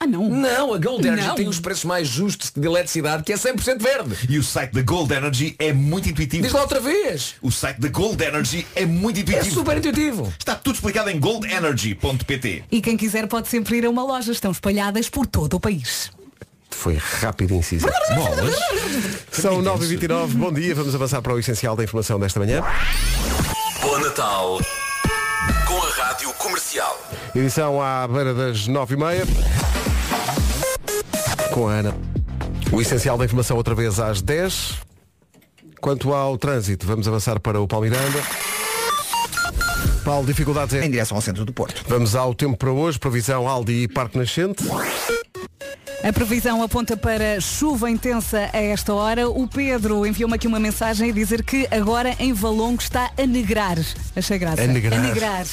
[SPEAKER 13] Ah [LAUGHS] não.
[SPEAKER 4] Não, a Gold Energy
[SPEAKER 13] Não.
[SPEAKER 4] tem os preços mais justos de eletricidade, que é 100% verde.
[SPEAKER 5] E o site da Gold Energy é muito intuitivo.
[SPEAKER 4] Diz lá outra vez.
[SPEAKER 5] O site da Gold Energy é muito intuitivo.
[SPEAKER 4] É super intuitivo.
[SPEAKER 5] Está tudo explicado em goldenergy.pt.
[SPEAKER 13] E quem quiser pode sempre ir a uma loja. Estão espalhadas por todo o país.
[SPEAKER 1] Foi rápido e incisivo.
[SPEAKER 5] Bolas.
[SPEAKER 1] São 9h29, bom dia, vamos avançar para o essencial da informação desta manhã.
[SPEAKER 14] Bom Natal com a Rádio Comercial.
[SPEAKER 1] Edição à beira das 9h30. Com a Ana. O essencial da informação outra vez às 10. Quanto ao trânsito, vamos avançar para o Palmiranda. Paulo, dificuldades em...
[SPEAKER 2] direção ao centro do Porto.
[SPEAKER 1] Vamos ao tempo para hoje, previsão Aldi e Parque Nascente.
[SPEAKER 3] A previsão aponta para chuva intensa a esta hora. O Pedro enviou-me aqui uma mensagem a dizer que agora em Valongo está a negrar. Achei graça.
[SPEAKER 1] A negrar.
[SPEAKER 3] negrar.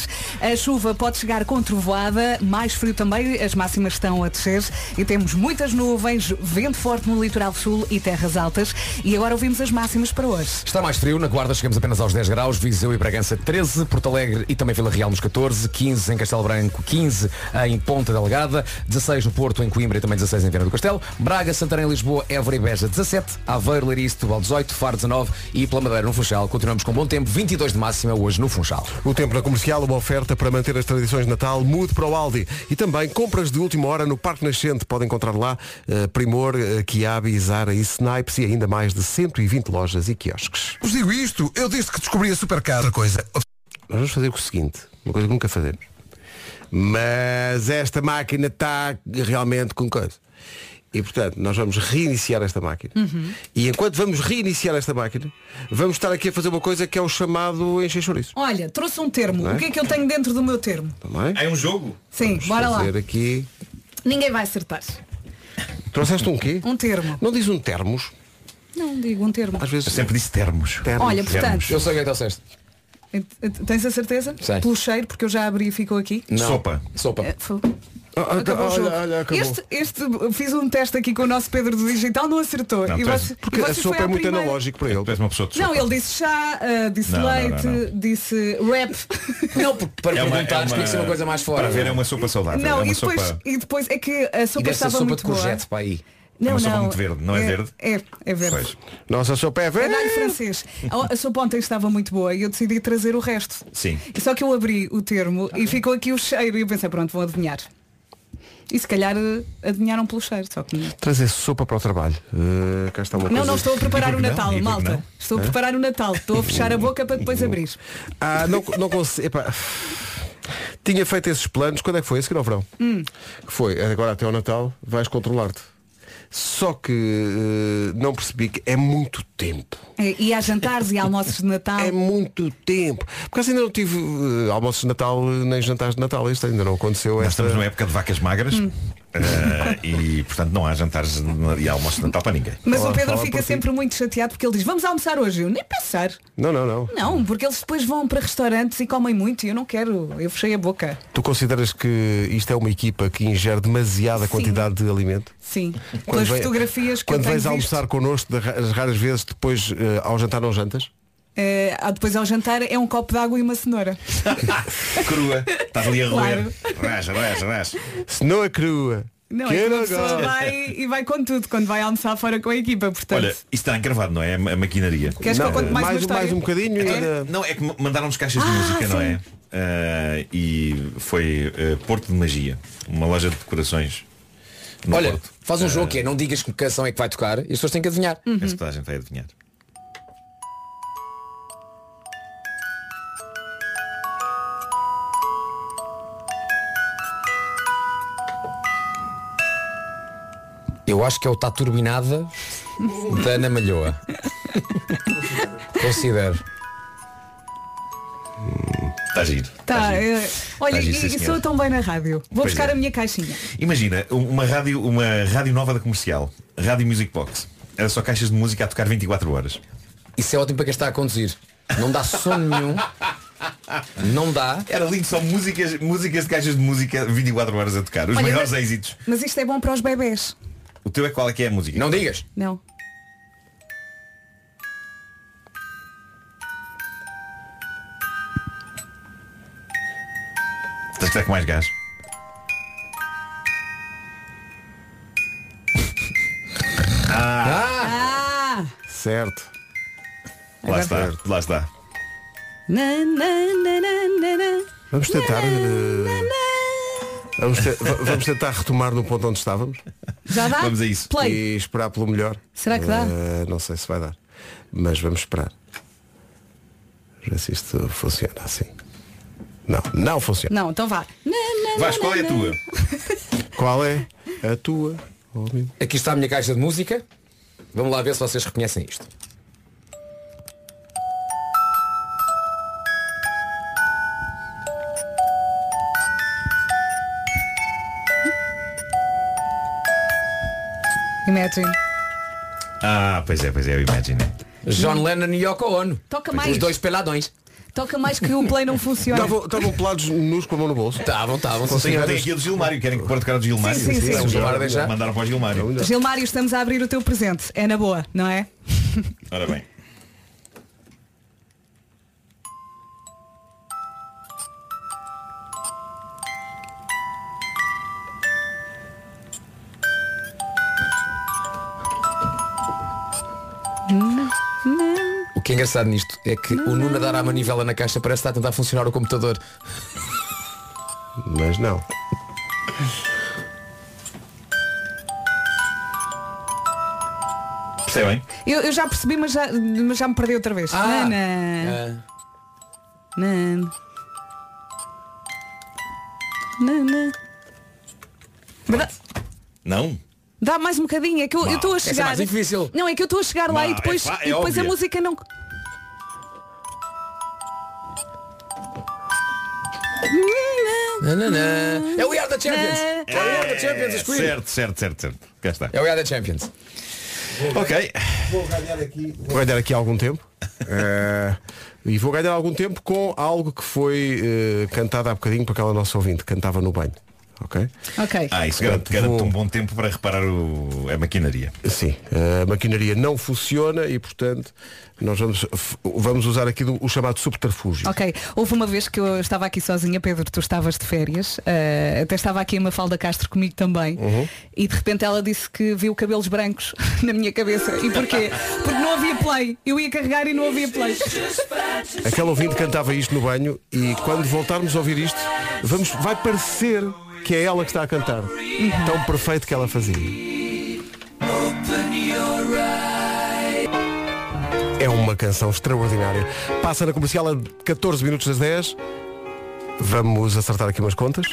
[SPEAKER 3] A chuva pode chegar com trovoada, mais frio também, as máximas estão a descer e temos muitas nuvens, vento forte no litoral sul e terras altas. E agora ouvimos as máximas para hoje.
[SPEAKER 4] Está mais frio, na Guarda chegamos apenas aos 10 graus, Viseu e Bragança 13, Porto Alegre e também Vila Real nos 14, 15 em Castelo Branco, 15 em Ponta Delgada, 16 no Porto, em Coimbra e também 16 em Viana do Castelo, Braga, Santarém, Lisboa, Évora e Beja 17, Aveiro, Leiria e Setúbal 18, Faro 19 e pela Madeira no Funchal. Continuamos com bom tempo, 22 de máxima hoje no Funchal.
[SPEAKER 1] O tempo na comercial, uma oferta para manter as tradições de Natal, mude para o Aldi. E também compras de última hora no Parque Nascente. Podem encontrar lá eh, Primor, eh, Quiabe, Izara e Snipes e ainda mais de 120 lojas e quiosques.
[SPEAKER 11] Vos digo isto, eu desde que descobri a supercar outra coisa.
[SPEAKER 1] Nós vamos fazer o seguinte, uma coisa que nunca fazemos. Mas esta máquina está realmente com coisa. E portanto, nós vamos reiniciar esta máquina. E enquanto vamos reiniciar esta máquina, vamos estar aqui a fazer uma coisa que é o chamado encher chouriço.
[SPEAKER 13] Olha, trouxe um termo.
[SPEAKER 1] Não é?
[SPEAKER 13] O que é que eu tenho dentro do meu termo?
[SPEAKER 1] Também?
[SPEAKER 5] É um jogo.
[SPEAKER 13] Sim, bora lá.
[SPEAKER 1] Fazer aqui.
[SPEAKER 13] Ninguém vai acertar.
[SPEAKER 1] Trouxeste um quê?
[SPEAKER 13] Um termo.
[SPEAKER 1] Não diz um termos?
[SPEAKER 13] Não digo um termo.
[SPEAKER 1] Às vezes. Eu
[SPEAKER 5] sempre disse termos.
[SPEAKER 13] Olha, portanto- Termos.
[SPEAKER 4] Eu sei o que é que disseste.
[SPEAKER 3] Tens a certeza?
[SPEAKER 4] Sei.
[SPEAKER 3] Pelo cheiro, porque eu já abri e ficou aqui.
[SPEAKER 4] Não. Sopa. Sopa.
[SPEAKER 3] Eh, foi-
[SPEAKER 1] Ah,
[SPEAKER 3] Acabou o jogo. Este, este, fiz um teste aqui com o nosso Pedro do Digital, não acertou.
[SPEAKER 5] Não,
[SPEAKER 3] E
[SPEAKER 5] tu és-
[SPEAKER 3] você-
[SPEAKER 1] Porque
[SPEAKER 3] e você
[SPEAKER 1] a sopa
[SPEAKER 3] foi à
[SPEAKER 1] é muito
[SPEAKER 3] primeira.
[SPEAKER 1] analógico para ele.
[SPEAKER 5] Tu és uma pessoa de
[SPEAKER 3] Não,
[SPEAKER 5] sopa.
[SPEAKER 3] ele disse chá, ah, disse
[SPEAKER 5] Não, não,
[SPEAKER 3] leite,
[SPEAKER 5] não,
[SPEAKER 3] disse
[SPEAKER 5] [LAUGHS]
[SPEAKER 3] rap.
[SPEAKER 4] Não, porque para
[SPEAKER 5] É uma-
[SPEAKER 4] perguntares
[SPEAKER 5] é uma-
[SPEAKER 4] tem que ser uma coisa mais fora.
[SPEAKER 5] Para ver é uma sopa saudável. é
[SPEAKER 3] não,
[SPEAKER 5] uma
[SPEAKER 3] e depois,
[SPEAKER 5] sopa...
[SPEAKER 3] e depois é que a
[SPEAKER 4] e
[SPEAKER 3] sopa
[SPEAKER 4] deve ser
[SPEAKER 3] estava
[SPEAKER 4] sopa
[SPEAKER 3] muito
[SPEAKER 4] de
[SPEAKER 3] boa.
[SPEAKER 4] cojete para aí.
[SPEAKER 3] Não,
[SPEAKER 5] É uma
[SPEAKER 3] não.
[SPEAKER 5] sopa muito verde, não é verde?
[SPEAKER 3] É, é verde.
[SPEAKER 1] Nossa sopa é
[SPEAKER 3] É
[SPEAKER 1] verde.
[SPEAKER 3] alho francês. A, a sopa ontem estava muito boa e eu decidi trazer o resto.
[SPEAKER 5] Sim.
[SPEAKER 3] Só que eu abri o termo e ficou aqui o cheiro e eu pensei, pronto, vão adivinhar. E se calhar eh, adivinharam pelo cheiro, só que não.
[SPEAKER 1] Trazer sopa para o trabalho. Eh, cá está uma
[SPEAKER 3] Não,
[SPEAKER 1] coisa.
[SPEAKER 3] não estou a preparar o Natal,
[SPEAKER 1] E por que não? E
[SPEAKER 3] malta.
[SPEAKER 1] por que não?
[SPEAKER 3] Estou a
[SPEAKER 1] Hã?
[SPEAKER 3] preparar o Natal. Estou a fechar a boca para depois abrir.
[SPEAKER 1] Ah, não, não consigo. Epá. Tinha feito esses planos, quando é que foi? Esse que não verão.
[SPEAKER 3] Hum.
[SPEAKER 1] Que foi, É agora até ao Natal vais controlar-te. Só que eh, não percebi que é muito tempo.
[SPEAKER 3] É, E há jantares e almoços de Natal. É
[SPEAKER 1] muito tempo. Porque assim ainda não tive eh, almoços de Natal eh, nem jantares de Natal. Isto ainda não aconteceu.
[SPEAKER 5] Nós
[SPEAKER 1] esta-
[SPEAKER 5] estamos numa época de vacas magras.
[SPEAKER 3] Hum.
[SPEAKER 5] eh, e portanto não há jantares e almoço de Natal para ninguém.
[SPEAKER 3] Mas o Pedro fica sempre muito chateado porque ele diz, vamos almoçar hoje. Eu nem pensar.
[SPEAKER 1] Não, não, não.
[SPEAKER 3] Não, porque eles depois vão para restaurantes e comem muito e eu não quero. Eu fechei a boca.
[SPEAKER 1] Tu consideras que isto é uma equipa que ingere demasiada
[SPEAKER 3] Sim.
[SPEAKER 1] quantidade de alimento?
[SPEAKER 3] Sim. Pelas
[SPEAKER 1] vem-
[SPEAKER 3] fotograas que
[SPEAKER 1] Quando
[SPEAKER 3] eu tenho
[SPEAKER 1] vais
[SPEAKER 3] visto.
[SPEAKER 1] almoçar connosco, das ra- as raras vezes depois eh, ao jantar não jantas?
[SPEAKER 3] Eh, ah, depois ao jantar é um copo de água e uma cenoura.
[SPEAKER 5] [LAUGHS] Crua. Estás ali a roer.
[SPEAKER 3] Claro.
[SPEAKER 5] Raja, raja, raja.
[SPEAKER 1] Se não é crua.
[SPEAKER 3] Não,
[SPEAKER 5] Que
[SPEAKER 3] é que a
[SPEAKER 5] não
[SPEAKER 3] pessoa
[SPEAKER 5] gosto.
[SPEAKER 3] vai e vai com tudo quando vai almoçar fora com a equipa, portanto.
[SPEAKER 5] Olha, isso está encravado, não é? A maquinaria.
[SPEAKER 3] Queres que eu Não, conte mais mais uma um- história? mais um bocadinho
[SPEAKER 5] É,
[SPEAKER 3] ainda?
[SPEAKER 5] Não, é que ma- mandaram-nos caixas de
[SPEAKER 3] Ah,
[SPEAKER 5] música, não
[SPEAKER 3] sim.
[SPEAKER 5] é? Ah, e foi ah, Porto de Magia, uma loja de decorações no
[SPEAKER 4] Olha,
[SPEAKER 5] Porto.
[SPEAKER 4] faz um
[SPEAKER 5] Ah,
[SPEAKER 4] jogo que é não digas que canção é que vai tocar e as pessoas têm que adivinhar.
[SPEAKER 5] Penso que toda a gente vai adivinhar.
[SPEAKER 4] Eu acho que é o Tá Turbinada da Ana Malhoa. Considero.
[SPEAKER 5] Está giro.
[SPEAKER 3] Tá, eh, olha,
[SPEAKER 5] Tá giro, sim,
[SPEAKER 3] e- e
[SPEAKER 5] senhor.
[SPEAKER 3] sou tão bem na rádio. Vou
[SPEAKER 5] Pois
[SPEAKER 3] buscar
[SPEAKER 5] é.
[SPEAKER 3] a minha caixinha.
[SPEAKER 5] Imagina, um- uma rádio, uma rádio nova da comercial, Rádio Music Box. Era só caixas de música a tocar 24 horas.
[SPEAKER 4] Isso é ótimo para quem está a conduzir. Não dá sono nenhum. Não dá.
[SPEAKER 5] Era lindo, só músicas, músicas de caixas de música 24 horas a tocar. Os
[SPEAKER 3] Olha,
[SPEAKER 5] maiores
[SPEAKER 3] mas-
[SPEAKER 5] êxitos.
[SPEAKER 3] Mas isto é bom para os bebés.
[SPEAKER 5] O teu é qual é que é a música?
[SPEAKER 4] Não digas.
[SPEAKER 3] Não.
[SPEAKER 5] Tens que dar com mais gás. Ah,
[SPEAKER 3] Ah!
[SPEAKER 1] Certo.
[SPEAKER 5] lá está, lá está.
[SPEAKER 3] Na, na, na, na, na, na.
[SPEAKER 1] Vamos tentar. eh, Vamos, te- va- vamos tentar retomar no ponto onde estávamos.
[SPEAKER 3] Já dá?
[SPEAKER 1] Vamos a isso.
[SPEAKER 3] Play.
[SPEAKER 1] E esperar pelo melhor.
[SPEAKER 3] Será que dá?
[SPEAKER 1] Eh, não sei se vai dar. Mas vamos esperar. Ver se isto funciona assim. Não, não funciona.
[SPEAKER 3] Não, então vá. Na, na, na,
[SPEAKER 5] é
[SPEAKER 3] na, na.
[SPEAKER 1] Qual é a tua?
[SPEAKER 4] Aqui está a minha caixa de música. Vamos lá ver se vocês reconhecem isto.
[SPEAKER 3] Imagine.
[SPEAKER 5] Ah, pois é, pois é, eu imagino.
[SPEAKER 4] John Lennon e Yoko Ono.
[SPEAKER 3] Toca
[SPEAKER 5] é.
[SPEAKER 3] mais.
[SPEAKER 4] Os dois peladões.
[SPEAKER 3] Toca mais que o play não funciona.
[SPEAKER 1] Estavam estavam pelados nus com a mão no bolso.
[SPEAKER 5] Tá.
[SPEAKER 4] Estavam, estavam.
[SPEAKER 5] Sim, senhor. Tem aqui a do Gilmário, querem que pôr tocar o do Gilmário?
[SPEAKER 3] Sim, sim, sim.
[SPEAKER 5] O Gilmário
[SPEAKER 4] Sim.
[SPEAKER 5] deixa. Mandaram para o Gilmário.
[SPEAKER 3] Gilmário, estamos a abrir o teu presente. É na boa, não é?
[SPEAKER 5] Ora bem.
[SPEAKER 4] O que é engraçado nisto é que o Nuno a dar à manivela na caixa parece estar a tentar funcionar o computador.
[SPEAKER 1] Mas não.
[SPEAKER 5] Percebem?
[SPEAKER 3] Eu, eu já percebi, mas já, mas já me perdi outra vez.
[SPEAKER 4] Ah.
[SPEAKER 3] Na, na, na. Na, na. Mas dá-
[SPEAKER 5] Não?
[SPEAKER 3] Dá mais um bocadinho, é que eu eu estou a
[SPEAKER 5] Essa é
[SPEAKER 3] chegar.
[SPEAKER 5] mais difícil.
[SPEAKER 3] Não, é que eu estou a chegar lá
[SPEAKER 5] Não,
[SPEAKER 3] e depois,
[SPEAKER 5] é fa- é
[SPEAKER 3] e depois a
[SPEAKER 5] óbvia.
[SPEAKER 3] música não.
[SPEAKER 4] É o We Are the Champions. É o We Are the Champions, os Queen.
[SPEAKER 5] certo, certo, certo, certo. Cá está.
[SPEAKER 4] É o We Are the Champions.
[SPEAKER 5] Ok.
[SPEAKER 1] Vou ganhar aqui. Vou ganhar aqui algum tempo. Eh, e vou ganhar algum tempo com algo que foi eh, cantado há bocadinho para aquela nossa ouvinte. Cantava no banho. Ok?
[SPEAKER 3] Ok.
[SPEAKER 5] Ah, isso garante, garante um bom tempo para reparar o, a maquinaria.
[SPEAKER 1] Sim, a maquinaria não funciona e, portanto, nós vamos, f- vamos usar aqui do- o chamado subterfúgio.
[SPEAKER 3] Ok, houve uma vez que eu estava aqui sozinha, Pedro, tu estavas de férias, eh, até estava aqui a Mafalda Castro comigo também,
[SPEAKER 1] Uhum.
[SPEAKER 3] e de repente ela disse que viu cabelos brancos [LAUGHS] na minha cabeça. E porquê? Porque não havia play. Eu ia carregar e não havia play.
[SPEAKER 1] Aquela ouvinte cantava isto no banho e quando voltarmos a ouvir isto, vamos, vai parecer que é ela que está a cantar. Tão perfeito que ela fazia. É uma canção extraordinária. Passa na comercial a 14 minutos das 10. Vamos acertar aqui umas contas.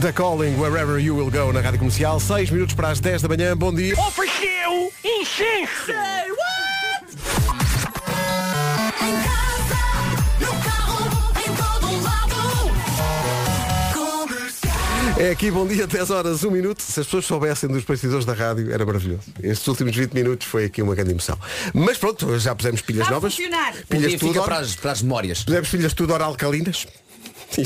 [SPEAKER 1] The Calling Wherever You Will Go na Rádio Comercial, 6 minutos para as 10 da manhã, bom dia.
[SPEAKER 8] Ofereceu incenso.
[SPEAKER 1] É aqui, bom dia, 10 horas, 1 minuto. Se as pessoas soubessem dos bastidores da rádio, era maravilhoso. Estes últimos 20 minutos foi aqui uma grande emoção. Mas pronto, já pusemos pilhas novas.
[SPEAKER 4] Pilhas
[SPEAKER 1] Pilhas
[SPEAKER 4] dia fica
[SPEAKER 1] tudo
[SPEAKER 4] para as, para as memórias.
[SPEAKER 1] Pusemos pilhas tudo oral alcalinas.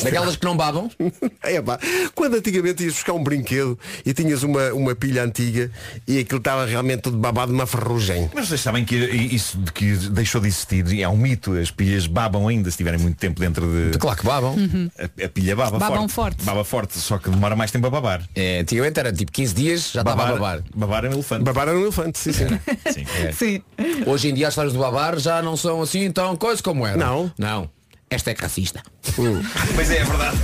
[SPEAKER 4] Daquelas que não babam.
[SPEAKER 1] [LAUGHS] É pá, quando antigamente ias buscar um brinquedo e tinhas uma, uma pilha antiga e aquilo estava realmente tudo babado uma ferrugem.
[SPEAKER 5] Mas vocês sabem que isso de que deixou de existir e é um mito. As pilhas babam ainda se tiverem muito tempo dentro de.
[SPEAKER 4] Claro que babam.
[SPEAKER 3] Uhum.
[SPEAKER 5] A, a pilha baba
[SPEAKER 3] Babam
[SPEAKER 5] forte.
[SPEAKER 3] forte.
[SPEAKER 5] Baba forte, só que demora mais tempo a babar.
[SPEAKER 4] É, antigamente era tipo 15 dias, já estava a babar.
[SPEAKER 5] Babar é um elefante.
[SPEAKER 1] Babar é um elefante, sim, sim.
[SPEAKER 5] sim.
[SPEAKER 4] Hoje em dia as histórias do babar já não são assim tão coisa como era. Não. Não.
[SPEAKER 15] Esta é racista.
[SPEAKER 1] Uh,
[SPEAKER 5] Pois é, é verdade.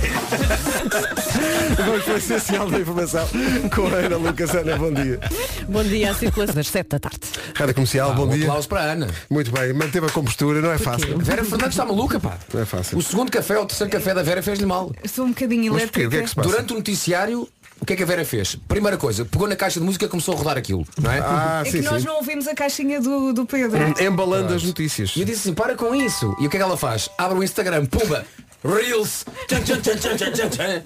[SPEAKER 1] Vamos para o essencial da informação com a Ana Lucas. Ana, bom dia.
[SPEAKER 6] Bom dia à circulação das 7 da tarde.
[SPEAKER 1] Rádio Comercial, bom
[SPEAKER 4] um
[SPEAKER 1] dia.
[SPEAKER 4] aplauso para a Ana.
[SPEAKER 1] Muito bem, manteve a compostura, não é fácil.
[SPEAKER 4] Vera Fernandes está maluca, pá.
[SPEAKER 1] Não é fácil.
[SPEAKER 4] O segundo café ou o terceiro café da Vera fez-lhe mal.
[SPEAKER 3] Sou um bocadinho
[SPEAKER 1] Mas porquê?
[SPEAKER 3] elétrica.
[SPEAKER 1] O que é que se passa?
[SPEAKER 4] Durante o noticiário, o que é que a Vera fez? Primeira coisa, pegou na caixa de música e começou a rodar aquilo, não é?
[SPEAKER 1] Ah,
[SPEAKER 3] É que nós não ouvimos a caixinha do, do Pedro.
[SPEAKER 1] Hum. Embalando as notícias.
[SPEAKER 4] E eu disse assim, para com isso. E o que é que ela faz? Abre o Instagram, pumba, Reels. Tchan, tchan, tchan, tchan, tchan, tchan, tchan.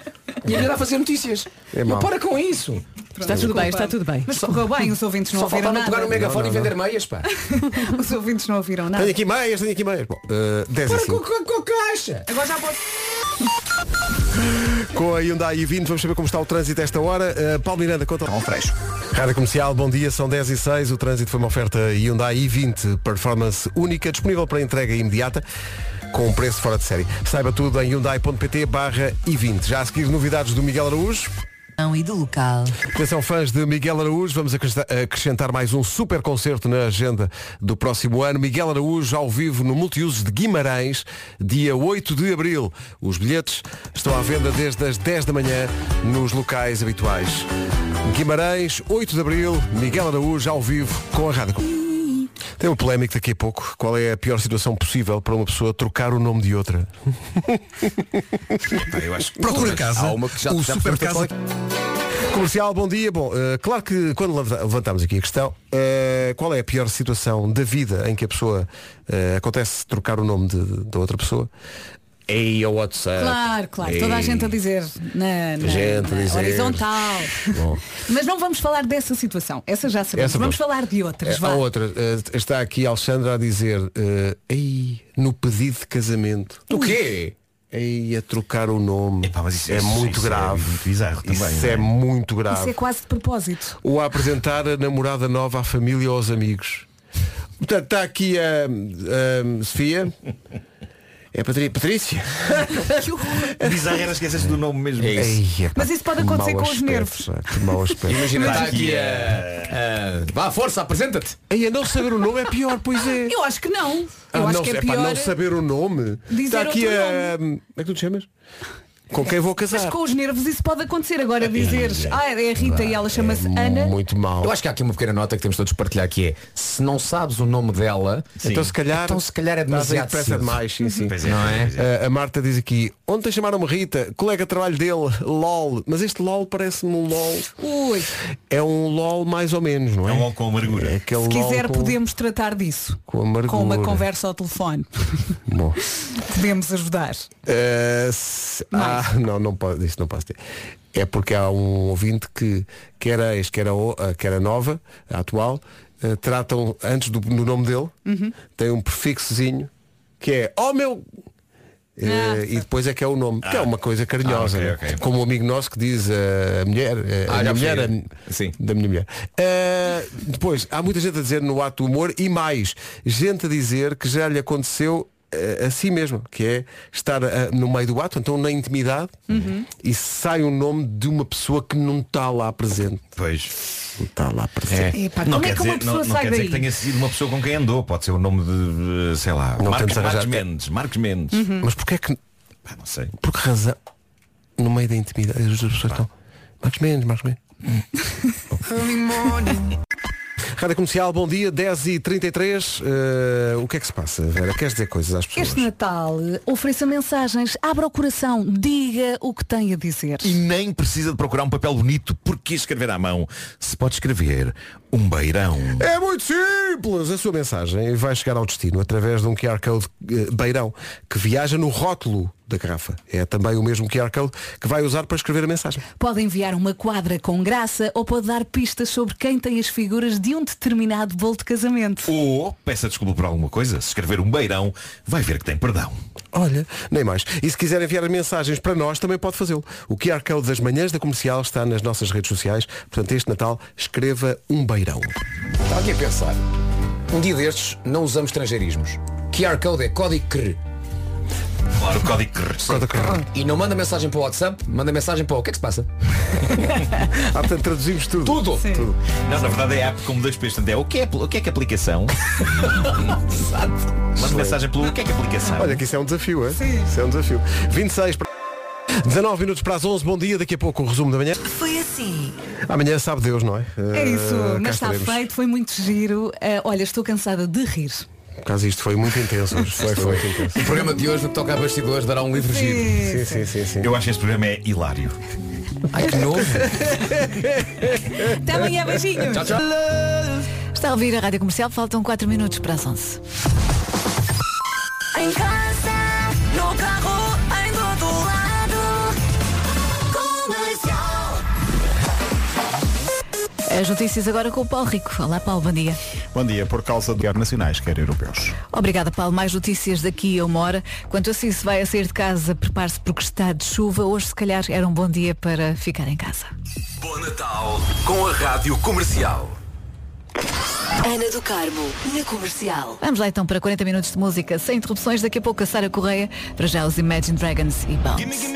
[SPEAKER 4] E ele irá fazer notícias.
[SPEAKER 1] É
[SPEAKER 4] Eu,
[SPEAKER 1] mau.
[SPEAKER 4] para com isso.
[SPEAKER 6] Está tudo bem, está tudo bem.
[SPEAKER 3] Mas correu bem, os ouvintes não
[SPEAKER 4] Só
[SPEAKER 3] ouviram
[SPEAKER 4] faltava
[SPEAKER 3] nada.
[SPEAKER 4] pegar o megafone
[SPEAKER 1] Não, não,
[SPEAKER 4] e vender meias, pá.
[SPEAKER 3] [LAUGHS] Os ouvintes não ouviram nada.
[SPEAKER 1] Tenho aqui meias, tenho aqui meias. Bom, eh, 10 e
[SPEAKER 4] Para
[SPEAKER 1] 5.
[SPEAKER 4] com, com, com a caixa.
[SPEAKER 3] Agora já pode.
[SPEAKER 1] Com a Hyundai i20 vamos saber como está o trânsito a esta hora. Uh, Paulo Miranda, conta um
[SPEAKER 2] freixo.
[SPEAKER 1] Rádio Comercial, bom dia, são 10 e 6 O trânsito foi uma oferta Hyundai i20 Performance única, disponível para entrega imediata Com um preço fora de série Saiba tudo em hyundai.pt barra i20 Já a seguir novidades do Miguel Araújo
[SPEAKER 13] Não, e do local.
[SPEAKER 1] Atenção fãs de Miguel Araújo, vamos acrescentar- acrescentar mais um super concerto na agenda do próximo ano. Miguel Araújo ao vivo no Multiusos de Guimarães, dia 8 de Abril. Os bilhetes estão à venda desde as 10 da manhã nos locais habituais. Guimarães, 8 de Abril, Miguel Araújo ao vivo com a Rádio. Com- Tem uma polémica daqui a pouco. Qual é a pior situação possível para uma pessoa trocar o nome de outra?
[SPEAKER 5] Pá, eu acho que-
[SPEAKER 11] Procura casa.
[SPEAKER 5] Há uma que já-
[SPEAKER 11] o
[SPEAKER 5] já
[SPEAKER 11] super
[SPEAKER 5] percebemos
[SPEAKER 11] casa.
[SPEAKER 5] a
[SPEAKER 1] Comercial, bom dia. Bom, eh, claro que quando levanta- levantámos aqui a questão, eh, qual é a pior situação da vida em que a pessoa eh, acontece trocar o nome de- de- da outra pessoa? Ei, É ao WhatsApp.
[SPEAKER 3] Claro, claro. Toda a
[SPEAKER 1] Ei.
[SPEAKER 3] gente a dizer na, na-
[SPEAKER 1] Gente a
[SPEAKER 3] na
[SPEAKER 1] dizer.
[SPEAKER 3] horizontal. [LAUGHS]
[SPEAKER 1] Bom.
[SPEAKER 3] Mas não vamos falar dessa situação. Essa já sabemos.
[SPEAKER 1] Essa vamos.
[SPEAKER 3] vamos falar de outras.
[SPEAKER 1] Eh,
[SPEAKER 3] vá.
[SPEAKER 1] há outra. eh, está aqui a Alexandra a dizer, eh, ei, no pedido de casamento.
[SPEAKER 4] O quê?
[SPEAKER 1] Ei, a trocar o nome.
[SPEAKER 5] mas isso-
[SPEAKER 1] é
[SPEAKER 5] isso-
[SPEAKER 1] muito
[SPEAKER 5] isso é
[SPEAKER 1] grave.
[SPEAKER 5] muito bizarro
[SPEAKER 1] isso
[SPEAKER 5] também, não
[SPEAKER 1] é
[SPEAKER 5] é?
[SPEAKER 1] muito
[SPEAKER 3] Isso
[SPEAKER 1] grave.
[SPEAKER 3] é quase de propósito.
[SPEAKER 1] ou a apresentar a namorada nova à família ou aos amigos. Portanto, está aqui a, a Sofia. É Patri- Patrícia?
[SPEAKER 5] Bizarro era esquecer-se do nome mesmo.
[SPEAKER 1] Eia, pá,
[SPEAKER 3] Mas isso pode
[SPEAKER 1] que
[SPEAKER 3] acontecer
[SPEAKER 1] mau
[SPEAKER 3] com os
[SPEAKER 1] aspecto,
[SPEAKER 3] nervos.
[SPEAKER 1] pá, Que mau aspecto.
[SPEAKER 4] Imagina,
[SPEAKER 5] Vai
[SPEAKER 4] está
[SPEAKER 5] aqui
[SPEAKER 4] aqui
[SPEAKER 1] eh,
[SPEAKER 4] a... a- eh, Vá, força, apresenta-te.
[SPEAKER 1] Ei, a não saber o nome é pior, pois é.
[SPEAKER 3] Eu acho que não. Eu
[SPEAKER 1] Ah,
[SPEAKER 3] acho
[SPEAKER 1] não,
[SPEAKER 3] que é
[SPEAKER 1] epá,
[SPEAKER 3] pior.
[SPEAKER 1] não saber o nome.
[SPEAKER 3] Dizer
[SPEAKER 1] está aqui
[SPEAKER 3] outro
[SPEAKER 1] a. Como é que tu te chamas? Com quem vou
[SPEAKER 3] Mas
[SPEAKER 1] casar?
[SPEAKER 3] com os nervos isso pode acontecer. Agora dizeres, ah, é a Rita e ela chama-se Ana.
[SPEAKER 1] Muito mal.
[SPEAKER 4] Eu acho que há aqui uma pequena nota que temos todos de partilhar que é se não sabes o nome dela,
[SPEAKER 1] Então se calhar.
[SPEAKER 4] então se calhar é
[SPEAKER 1] estás aí
[SPEAKER 4] demasiado
[SPEAKER 1] depressa
[SPEAKER 4] cedo.
[SPEAKER 1] demais, sim, sim.
[SPEAKER 5] Pois é,
[SPEAKER 4] Não é?
[SPEAKER 5] pois é.
[SPEAKER 1] Eh, A- a Marta diz aqui, ontem chamaram-me Rita, colega de trabalho dele, LOL, mas este LOL parece-me um LOL.
[SPEAKER 3] Ui,
[SPEAKER 1] É um LOL mais ou menos, não
[SPEAKER 5] É
[SPEAKER 1] é?
[SPEAKER 5] um LOL com amargura.
[SPEAKER 1] É aquele
[SPEAKER 3] se
[SPEAKER 1] LOL
[SPEAKER 3] quiser
[SPEAKER 1] com-
[SPEAKER 3] podemos tratar disso.
[SPEAKER 1] com amargura.
[SPEAKER 3] Com uma conversa ao telefone. [LAUGHS]
[SPEAKER 1] Bom.
[SPEAKER 3] Podemos ajudar.
[SPEAKER 1] Eh, se- Ah, [LAUGHS] não, não pode, isso não posso ter. É porque há um ouvinte que, que era ex, que era, o- ah, que era nova, a atual, eh, tratam antes do, do nome dele, tem um prefixozinho que é, oh meu. Eh,
[SPEAKER 3] Ah.
[SPEAKER 1] e depois é que é o nome, que é uma coisa carinhosa.
[SPEAKER 5] Ah, ok,
[SPEAKER 1] né?
[SPEAKER 5] ok.
[SPEAKER 1] Como um amigo nosso que diz eh, a mulher, eh,
[SPEAKER 4] Ah,
[SPEAKER 1] a minha
[SPEAKER 4] já
[SPEAKER 1] mulher,
[SPEAKER 4] percebi.
[SPEAKER 1] a-
[SPEAKER 4] Sim.
[SPEAKER 1] da minha mulher. Eh, depois, há muita gente a dizer no ato do humor e mais, gente a dizer que já lhe aconteceu eh, a si mesmo, que é estar eh, no meio do ato, então na intimidade, e sai o nome de uma pessoa que não está lá presente.
[SPEAKER 5] Pois.
[SPEAKER 1] Não está lá presente.
[SPEAKER 3] Epá,
[SPEAKER 5] Não
[SPEAKER 3] como é
[SPEAKER 5] quer
[SPEAKER 3] que
[SPEAKER 5] dizer,
[SPEAKER 3] uma pessoa
[SPEAKER 5] não, não
[SPEAKER 3] sai
[SPEAKER 5] quer
[SPEAKER 3] daí?
[SPEAKER 5] dizer que tenha sido uma pessoa com quem andou. Pode ser o nome de, eh, sei lá,
[SPEAKER 1] Não
[SPEAKER 5] Marcos,
[SPEAKER 1] temos arranjado-
[SPEAKER 5] Marcos Mendes. Marcos Mendes.
[SPEAKER 3] Uhum.
[SPEAKER 1] Mas porquê é que,
[SPEAKER 5] Pá, não sei.
[SPEAKER 1] por que razão, no meio da intimidade, as pessoas estão mais menos, mais menos. Rádio Comercial, bom dia, 10h33. Eh, o que é que se passa, Vera? Queres dizer coisas às pessoas?
[SPEAKER 3] Este Natal eh, ofereça mensagens, abra o coração, diga o que tem a dizer.
[SPEAKER 5] E nem precisa de procurar um papel bonito. Porque escrever à mão se pode escrever um beirão.
[SPEAKER 1] É muito simples! A sua mensagem vai chegar ao destino através de um QR Code eh, beirão que viaja no rótulo da garrafa. É também o mesmo QR Code que vai usar para escrever a mensagem.
[SPEAKER 3] Pode enviar uma quadra com graça ou pode dar pistas sobre quem tem as figuras de um determinado bolo de casamento.
[SPEAKER 5] Ou, peça desculpa por alguma coisa, se escrever um beirão, vai ver que tem perdão.
[SPEAKER 1] Olha, nem mais. E se quiser enviar mensagens para nós, também pode fazê-lo. O QR Code das manhãs da comercial está nas nossas redes sociais. Portanto, este Natal, escreva um beirão.
[SPEAKER 4] Estava aqui a pensar. Um dia destes não usamos estrangeirismos. QR Code é código CRE.
[SPEAKER 5] Claro, o código
[SPEAKER 4] E não manda mensagem para o WhatsApp, manda mensagem para o o que é que se passa?
[SPEAKER 1] Ah, portanto, traduzimos tudo.
[SPEAKER 4] Tudo.
[SPEAKER 5] Tudo. Não, na verdade é app como dois P's, portanto é o que é, o que, é que aplicação? [LAUGHS] Manda mensagem pelo o que é que aplicação?
[SPEAKER 1] Olha que isso é um desafio, é? Sim. Isso é um desafio. 26 para... 19 minutos para as 11, bom dia, daqui a pouco o resumo da manhã.
[SPEAKER 3] Foi assim.
[SPEAKER 1] Amanhã sabe Deus, não é?
[SPEAKER 16] É isso,
[SPEAKER 1] Eh, cá
[SPEAKER 16] mas está
[SPEAKER 1] estaremos.
[SPEAKER 16] feito, foi muito giro. Eh, olha, estou cansada de rir.
[SPEAKER 1] Por causa isto foi muito intenso. hoje. Foi, foi
[SPEAKER 16] é
[SPEAKER 1] muito intenso.
[SPEAKER 4] O programa de hoje, no que toca a bastidores, dará um livro giro.
[SPEAKER 1] Sim, sim, sim, sim.
[SPEAKER 5] Eu acho que este programa é hilário.
[SPEAKER 4] Ai, que novo.
[SPEAKER 3] Até amanhã, beijinhos.
[SPEAKER 4] Tchau, tchau.
[SPEAKER 3] Está a ouvir a Rádio Comercial, faltam 4 minutos para as 11.
[SPEAKER 7] Em casa, no carro, em todo lado. Comercial.
[SPEAKER 3] As notícias agora com o Paulo Rico. Olá, Paulo, bom dia.
[SPEAKER 10] Bom dia, por causa de ar nacionais, quer europeus.
[SPEAKER 3] Obrigada, Paulo. Mais notícias daqui a uma hora. Quanto a si, se vai a sair de casa, prepare-se porque está de chuva. Hoje, se calhar, era um bom dia para ficar em casa.
[SPEAKER 17] Bom Natal com a Rádio Comercial.
[SPEAKER 3] Ana do Carmo, na comercial. Vamos lá então para 40 minutos de música, sem interrupções. Daqui a pouco a Sara Correia, para já os Imagine Dragons e Bounce.